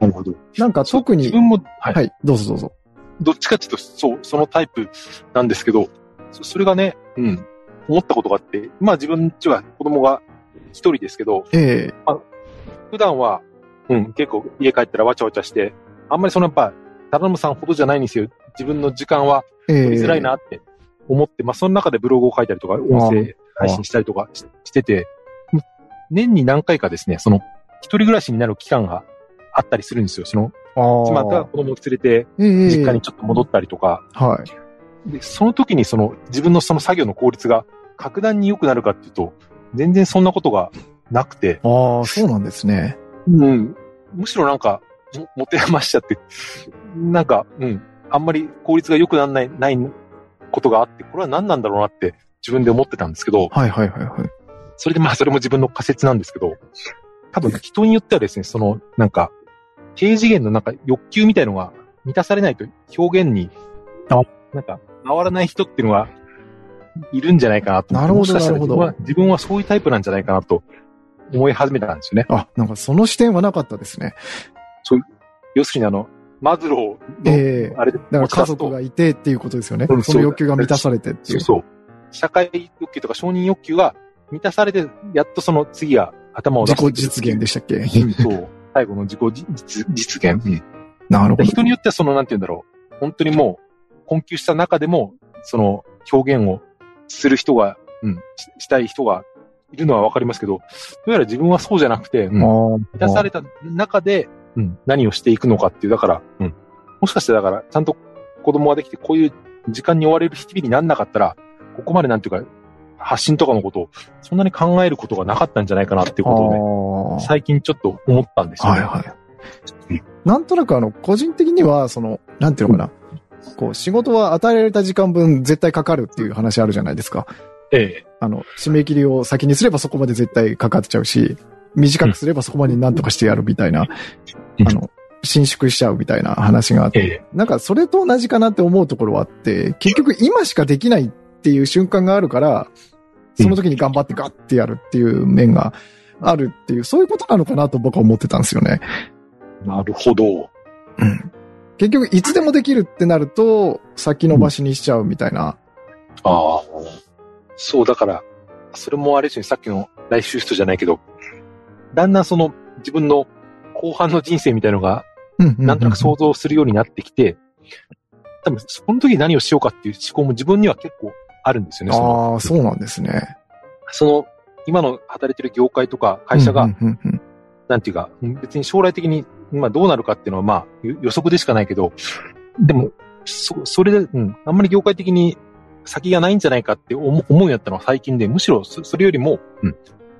Speaker 3: なるほど。
Speaker 1: い。なんか特に
Speaker 2: 自、分も、はい、
Speaker 1: はい、どうぞどうぞ。
Speaker 2: どっちかっていうと、そう、そのタイプなんですけど、そそれがね、うん。思ったことがあって、まあ自分ちは子供が一人ですけど、
Speaker 1: ええ
Speaker 2: 普段は、うん、結構家帰ったらわちゃわちゃして、あんまりそのやっぱ、タラムさんほどじゃないんですよ。自分の時間は
Speaker 1: ええ
Speaker 2: 取りづらいなって思って、まあその中でブログを書いたりとか、音声配信したりとかししてて、うん年に何回かですね、その、一人暮らしになる期間があったりするんですよ。その、
Speaker 1: ああ。
Speaker 2: 妻が子供を連れて、
Speaker 1: ええ
Speaker 2: 実家にちょっと戻ったりとか、
Speaker 1: はい。
Speaker 2: で、その時にその自分のその作業の効率が格段に良くなるかっていうと、全然そんなことがなくて、
Speaker 1: ああ、そうなんですね。
Speaker 2: うん、むしろなんか、も持て余しちゃって、なんか、うん、あんまり効率が良くならない、ないことがあって、これは何なんだろうなって自分で思ってたんですけど、
Speaker 1: はいはいはいはい。
Speaker 2: それでまあそれも自分の仮説なんですけど、多分人によってはですね、そのなんか、低次元のなんか欲求みたいのが満たされないと表現に
Speaker 1: あ、
Speaker 2: なんか回らない人っていうのがいるんじゃないかなと思っ
Speaker 1: な
Speaker 2: て。
Speaker 1: るほど
Speaker 2: もしかしたら
Speaker 1: なるほど
Speaker 2: 自分は自分はそういうタイプなんじゃないかなと思い始めたんですよね。
Speaker 1: あ、なんかその視点はなかったですね。
Speaker 2: 要するにあの、マズローの、
Speaker 1: ええ
Speaker 2: あれで
Speaker 1: だから
Speaker 2: 持
Speaker 1: 家
Speaker 2: ち出す
Speaker 1: 族
Speaker 2: と、
Speaker 1: がいてっていうことですよね。
Speaker 2: うん
Speaker 1: その欲求が満たされてってい。
Speaker 2: そううそう。社会欲求とか承認欲求が満たされて、やっとその次が頭を出
Speaker 1: 自
Speaker 2: して
Speaker 1: 己実現でしたっけ
Speaker 2: す。うんそう。最後の自己実実現。うん
Speaker 1: なるほ
Speaker 2: で
Speaker 1: ど。
Speaker 2: 人によってはその、なんて言うんだろう。本当にもう、困窮した中でも、その、表現をする人が、うん、ししたい人がいるのはわかりますけど、どうやら自分はそうじゃなくて、うん満
Speaker 1: ああ
Speaker 2: たされた中で、うん、何をしていくのかっていう、だから、うん、もしかしてだから、ちゃんと子供ができて、こういう時間に追われる日々になんなかったら、ここまでなんていうか、発信とかのことを、そんなに考えることがなかったんじゃないかなっていうことを
Speaker 1: あ
Speaker 2: ね、
Speaker 1: あ
Speaker 2: 最近ちょっと思ったんですよ
Speaker 1: は
Speaker 2: ね。
Speaker 1: いはい。なんとなくあの、個人的には、その、なんていうのかな。こう、仕事は与えられた時間分絶対かかるっていう話あるじゃないですか。
Speaker 2: ええ。
Speaker 1: あの、締め切りを先にすればそこまで絶対かかっちゃうし、短くすればそこまで何とかしてやるみたいな、
Speaker 2: うん
Speaker 1: あの、伸縮しちゃうみたいな話があっ
Speaker 2: え
Speaker 1: て、
Speaker 2: え。
Speaker 1: なんかそれと同じかなって思うところはあって、結局今しかできないっていう瞬間があるから、その時に頑張ってガッてやるっていう面があるっていう、そういうことなのかなと僕は思ってたんですよね。
Speaker 2: なるほど。
Speaker 1: 結局いつでもできるってなると、先延ばしにしちゃうみたいな。
Speaker 2: ああ。そう、だから、それもあれですよね、さっきの来週人じゃないけど、だんだんその自分の後半の人生みたいのが、
Speaker 1: うんうんうん
Speaker 2: なんとなく想像するようになってきて、多分、その時何をしようかっていう思考も自分には結構あるんですよね。その
Speaker 1: ああ、そうなんですね。
Speaker 2: その今の働いてる業界とか会社が、
Speaker 1: うんうんうんうん
Speaker 2: なんていうか、別に将来的に、まあどうなるかっていうのはまあ予予測でしかないけど、でも、そ、それで、うん、あんまり業界的に先がないんじゃないかって思う思うようになったのは最近で、むしろそそれよりも、うん、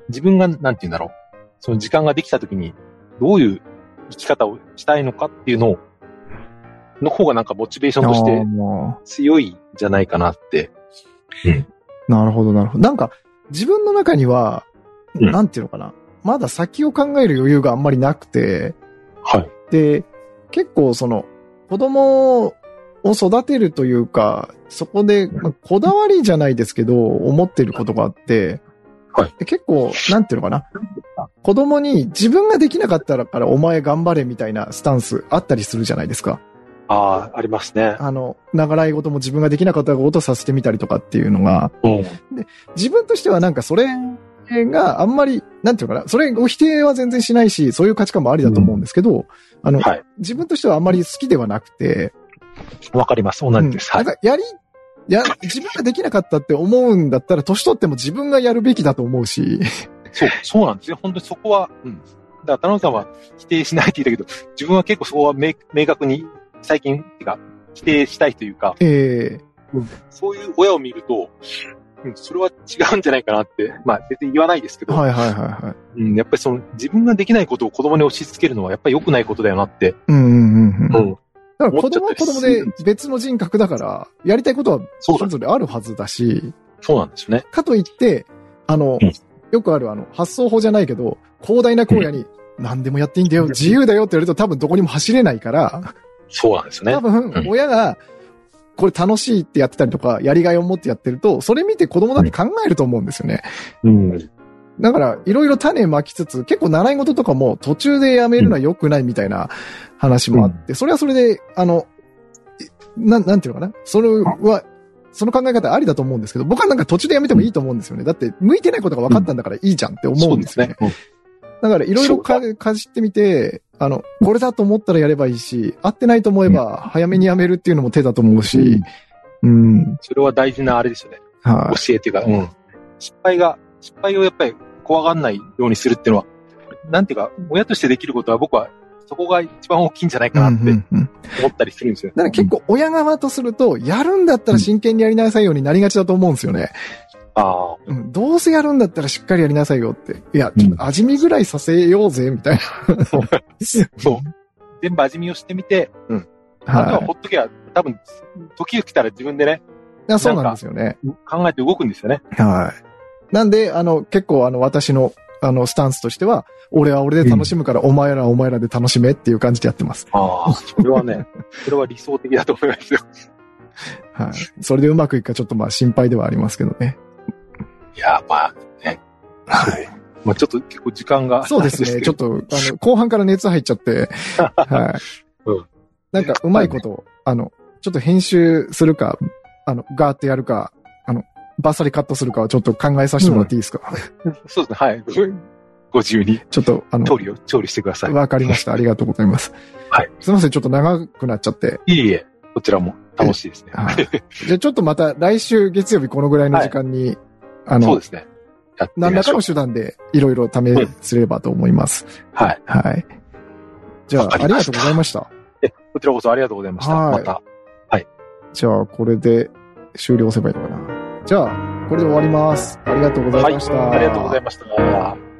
Speaker 2: 自分が、なんていうんだろう、その時間ができた時に、どういう生き方をしたいのかっていうのを、の方がなんかモチベーションとし
Speaker 1: あ
Speaker 2: て
Speaker 1: ーまあ
Speaker 2: 強いんじゃないかなって。
Speaker 1: なるほど、なるほど。なんか、自分の中には、
Speaker 2: うん
Speaker 1: なんていうのかな。まだ先を考える余裕があんまりなくて、
Speaker 2: はい。
Speaker 1: で、結構その、子供を育てるというか、そこで、まあこだわりじゃないですけど、思ってることがあって、
Speaker 2: はい
Speaker 1: で結構、なんていうのかな。子供に自分ができなかったからお前頑張れみたいなスタンスあったりするじゃないですか。
Speaker 2: ああ、ありますね。
Speaker 1: あの、流れ事も自分ができなかったことさせてみたりとかっていうのが、
Speaker 2: うん。
Speaker 1: 自分としてはなんかそれがあんまり、なんていうのかな、それを否定は全然しないし、そういう価値観もありだと思うんですけど、あの、
Speaker 2: はい
Speaker 1: 自分としてはあんまり好きではなくて、
Speaker 2: わかります。同じです。
Speaker 1: う
Speaker 2: は
Speaker 1: ん
Speaker 2: い。
Speaker 1: なんかやり、や、自分ができなかったって思うんだったら、年取っても自分がやるべきだと思うし、 [laughs]
Speaker 2: そう、そうなんですよ。本当にそこは、うん。だから、田野さんは否定しないって言ったけど、自分は結構そこは明明確に、最近、てか、否定したいというか、
Speaker 1: ええ
Speaker 2: そういう親を見ると、うん、それは違うんじゃないかなって、まあ、別に言わないですけど、
Speaker 1: はいはいはいはい。
Speaker 2: うん、やっぱりその、自分ができないことを子供に押し付けるのは、やっぱり良くないことだよなって、
Speaker 1: うんうんうんうん。
Speaker 2: うん、
Speaker 1: だから子供は
Speaker 2: 思っち
Speaker 1: 子
Speaker 2: ゃったり
Speaker 1: 供
Speaker 2: する
Speaker 1: で別の人格だから、やりたいことは
Speaker 2: そう
Speaker 1: そ
Speaker 2: だ
Speaker 1: れ、ぞれあるはずだし、
Speaker 2: そうなんですよね。
Speaker 1: かといって、あの
Speaker 2: うん、
Speaker 1: よくあるあの、発想法じゃないけど、広大な荒野に、何でもやっていいんだよ、自由だよって言われると多分どこにも走れないから、
Speaker 2: そうなんですよね
Speaker 1: 多。分
Speaker 2: うん
Speaker 1: 親が、これ楽しいってやってたりとか、やりがいを持ってやってると、それ見て子供だって考えると思うんですよね。
Speaker 3: うん。
Speaker 1: だから、いろいろ種まきつつ、結構習い事とかも途中でやめるのは良くないみたいな話もあって、それはそれで、あの、いなん、なんていうのかなそれは、その考え方ありだと思うんですけど、僕はなんか途中でやめてもいいと思うんですよね。だって、向いてないことが分かったんだからいいじゃんって思
Speaker 2: そううんで
Speaker 1: ですすよね
Speaker 2: ね。。うん
Speaker 1: だから、いろいろ
Speaker 2: そ
Speaker 1: か、かじってみて、あの、これだと思ったらやればいいし、合ってないと思えば、早めにやめるっていうのも手だと思うし、うん、
Speaker 2: それは大事なあれですよね。
Speaker 1: はい。
Speaker 2: 教えっていうか、うん。失敗が、失敗をやっぱり怖がんないようにするっていうのは、なんていうか、親としてできることは僕は、そこが一番大きいんじゃないかなっ
Speaker 1: うんう
Speaker 2: て
Speaker 1: んうん
Speaker 2: 思ったりするんですよ。
Speaker 1: だから結構親側とすると、やるんだったら真剣にやりなさいようになりがちだと思うんですよね。
Speaker 2: ああ。
Speaker 1: うん、どうせやるんだったらしっかりやりなさいよって。いや、
Speaker 3: うん
Speaker 1: ちょっと味見ぐらいさせようぜ、みたい [laughs]
Speaker 2: そう。全部味見をしてみて、うん。
Speaker 1: な。
Speaker 2: あとは
Speaker 1: は
Speaker 2: ほっとけば、多分、時が来たら自分でね、
Speaker 1: い。いやそうなんですよね。
Speaker 2: 考えて動くんですよね。
Speaker 1: はい。なんで、あの、結構あの、私の、あの、スタンスとしては、俺は俺で楽しむから、お前らはお前らで楽しめっていう感じでやってます。
Speaker 2: ああ。それは [laughs] ね、それは理想的だと思いますよ。
Speaker 1: はい。それでうまくいくかちょっとまあ心配ではありますけどね。
Speaker 2: いや、まあ、ね。はい。まあちょっと結構時間が。
Speaker 1: そうですね。ちょっ
Speaker 2: と。
Speaker 1: と、あの、後半から熱入っちゃ
Speaker 2: [laughs]
Speaker 1: って、はい。
Speaker 2: うん
Speaker 1: なんか、うまいこと、あの、ちょっと編集するか、あの、ガーってやるか、あの、バッサリカットするかはちょっと考えさせてもらっていいですか、
Speaker 2: そうですね。はい。ご自由に
Speaker 1: ちょっと、あの、
Speaker 2: 調理を、調理してください。
Speaker 1: わかりました。ありがとうございます。
Speaker 2: はい。
Speaker 1: すいません。ちょっと長くなっちゃって。
Speaker 2: いえいえ、こちらも楽しいですね。
Speaker 1: はい。じゃあちょっとまた来週月曜日このぐらいの時間に、あ
Speaker 2: そう
Speaker 1: の
Speaker 2: で、すね。やってみ
Speaker 1: 何
Speaker 2: ま
Speaker 1: ら
Speaker 2: し
Speaker 1: か
Speaker 2: ょう
Speaker 1: の。手段でいろいろ試すればと思います。
Speaker 2: はい。
Speaker 1: はい。じゃ
Speaker 2: わ
Speaker 1: あ、
Speaker 2: か
Speaker 1: あ
Speaker 2: り
Speaker 1: り
Speaker 2: ま
Speaker 1: が
Speaker 2: し
Speaker 1: と
Speaker 2: た
Speaker 1: うございました。
Speaker 2: え、こちらこそありがとうございました。
Speaker 1: はい
Speaker 2: また。
Speaker 1: じゃあ、これで終了すればいいのかな。じゃあ、これで終わります。ありがとうございました。
Speaker 2: はい。ありがとうございました。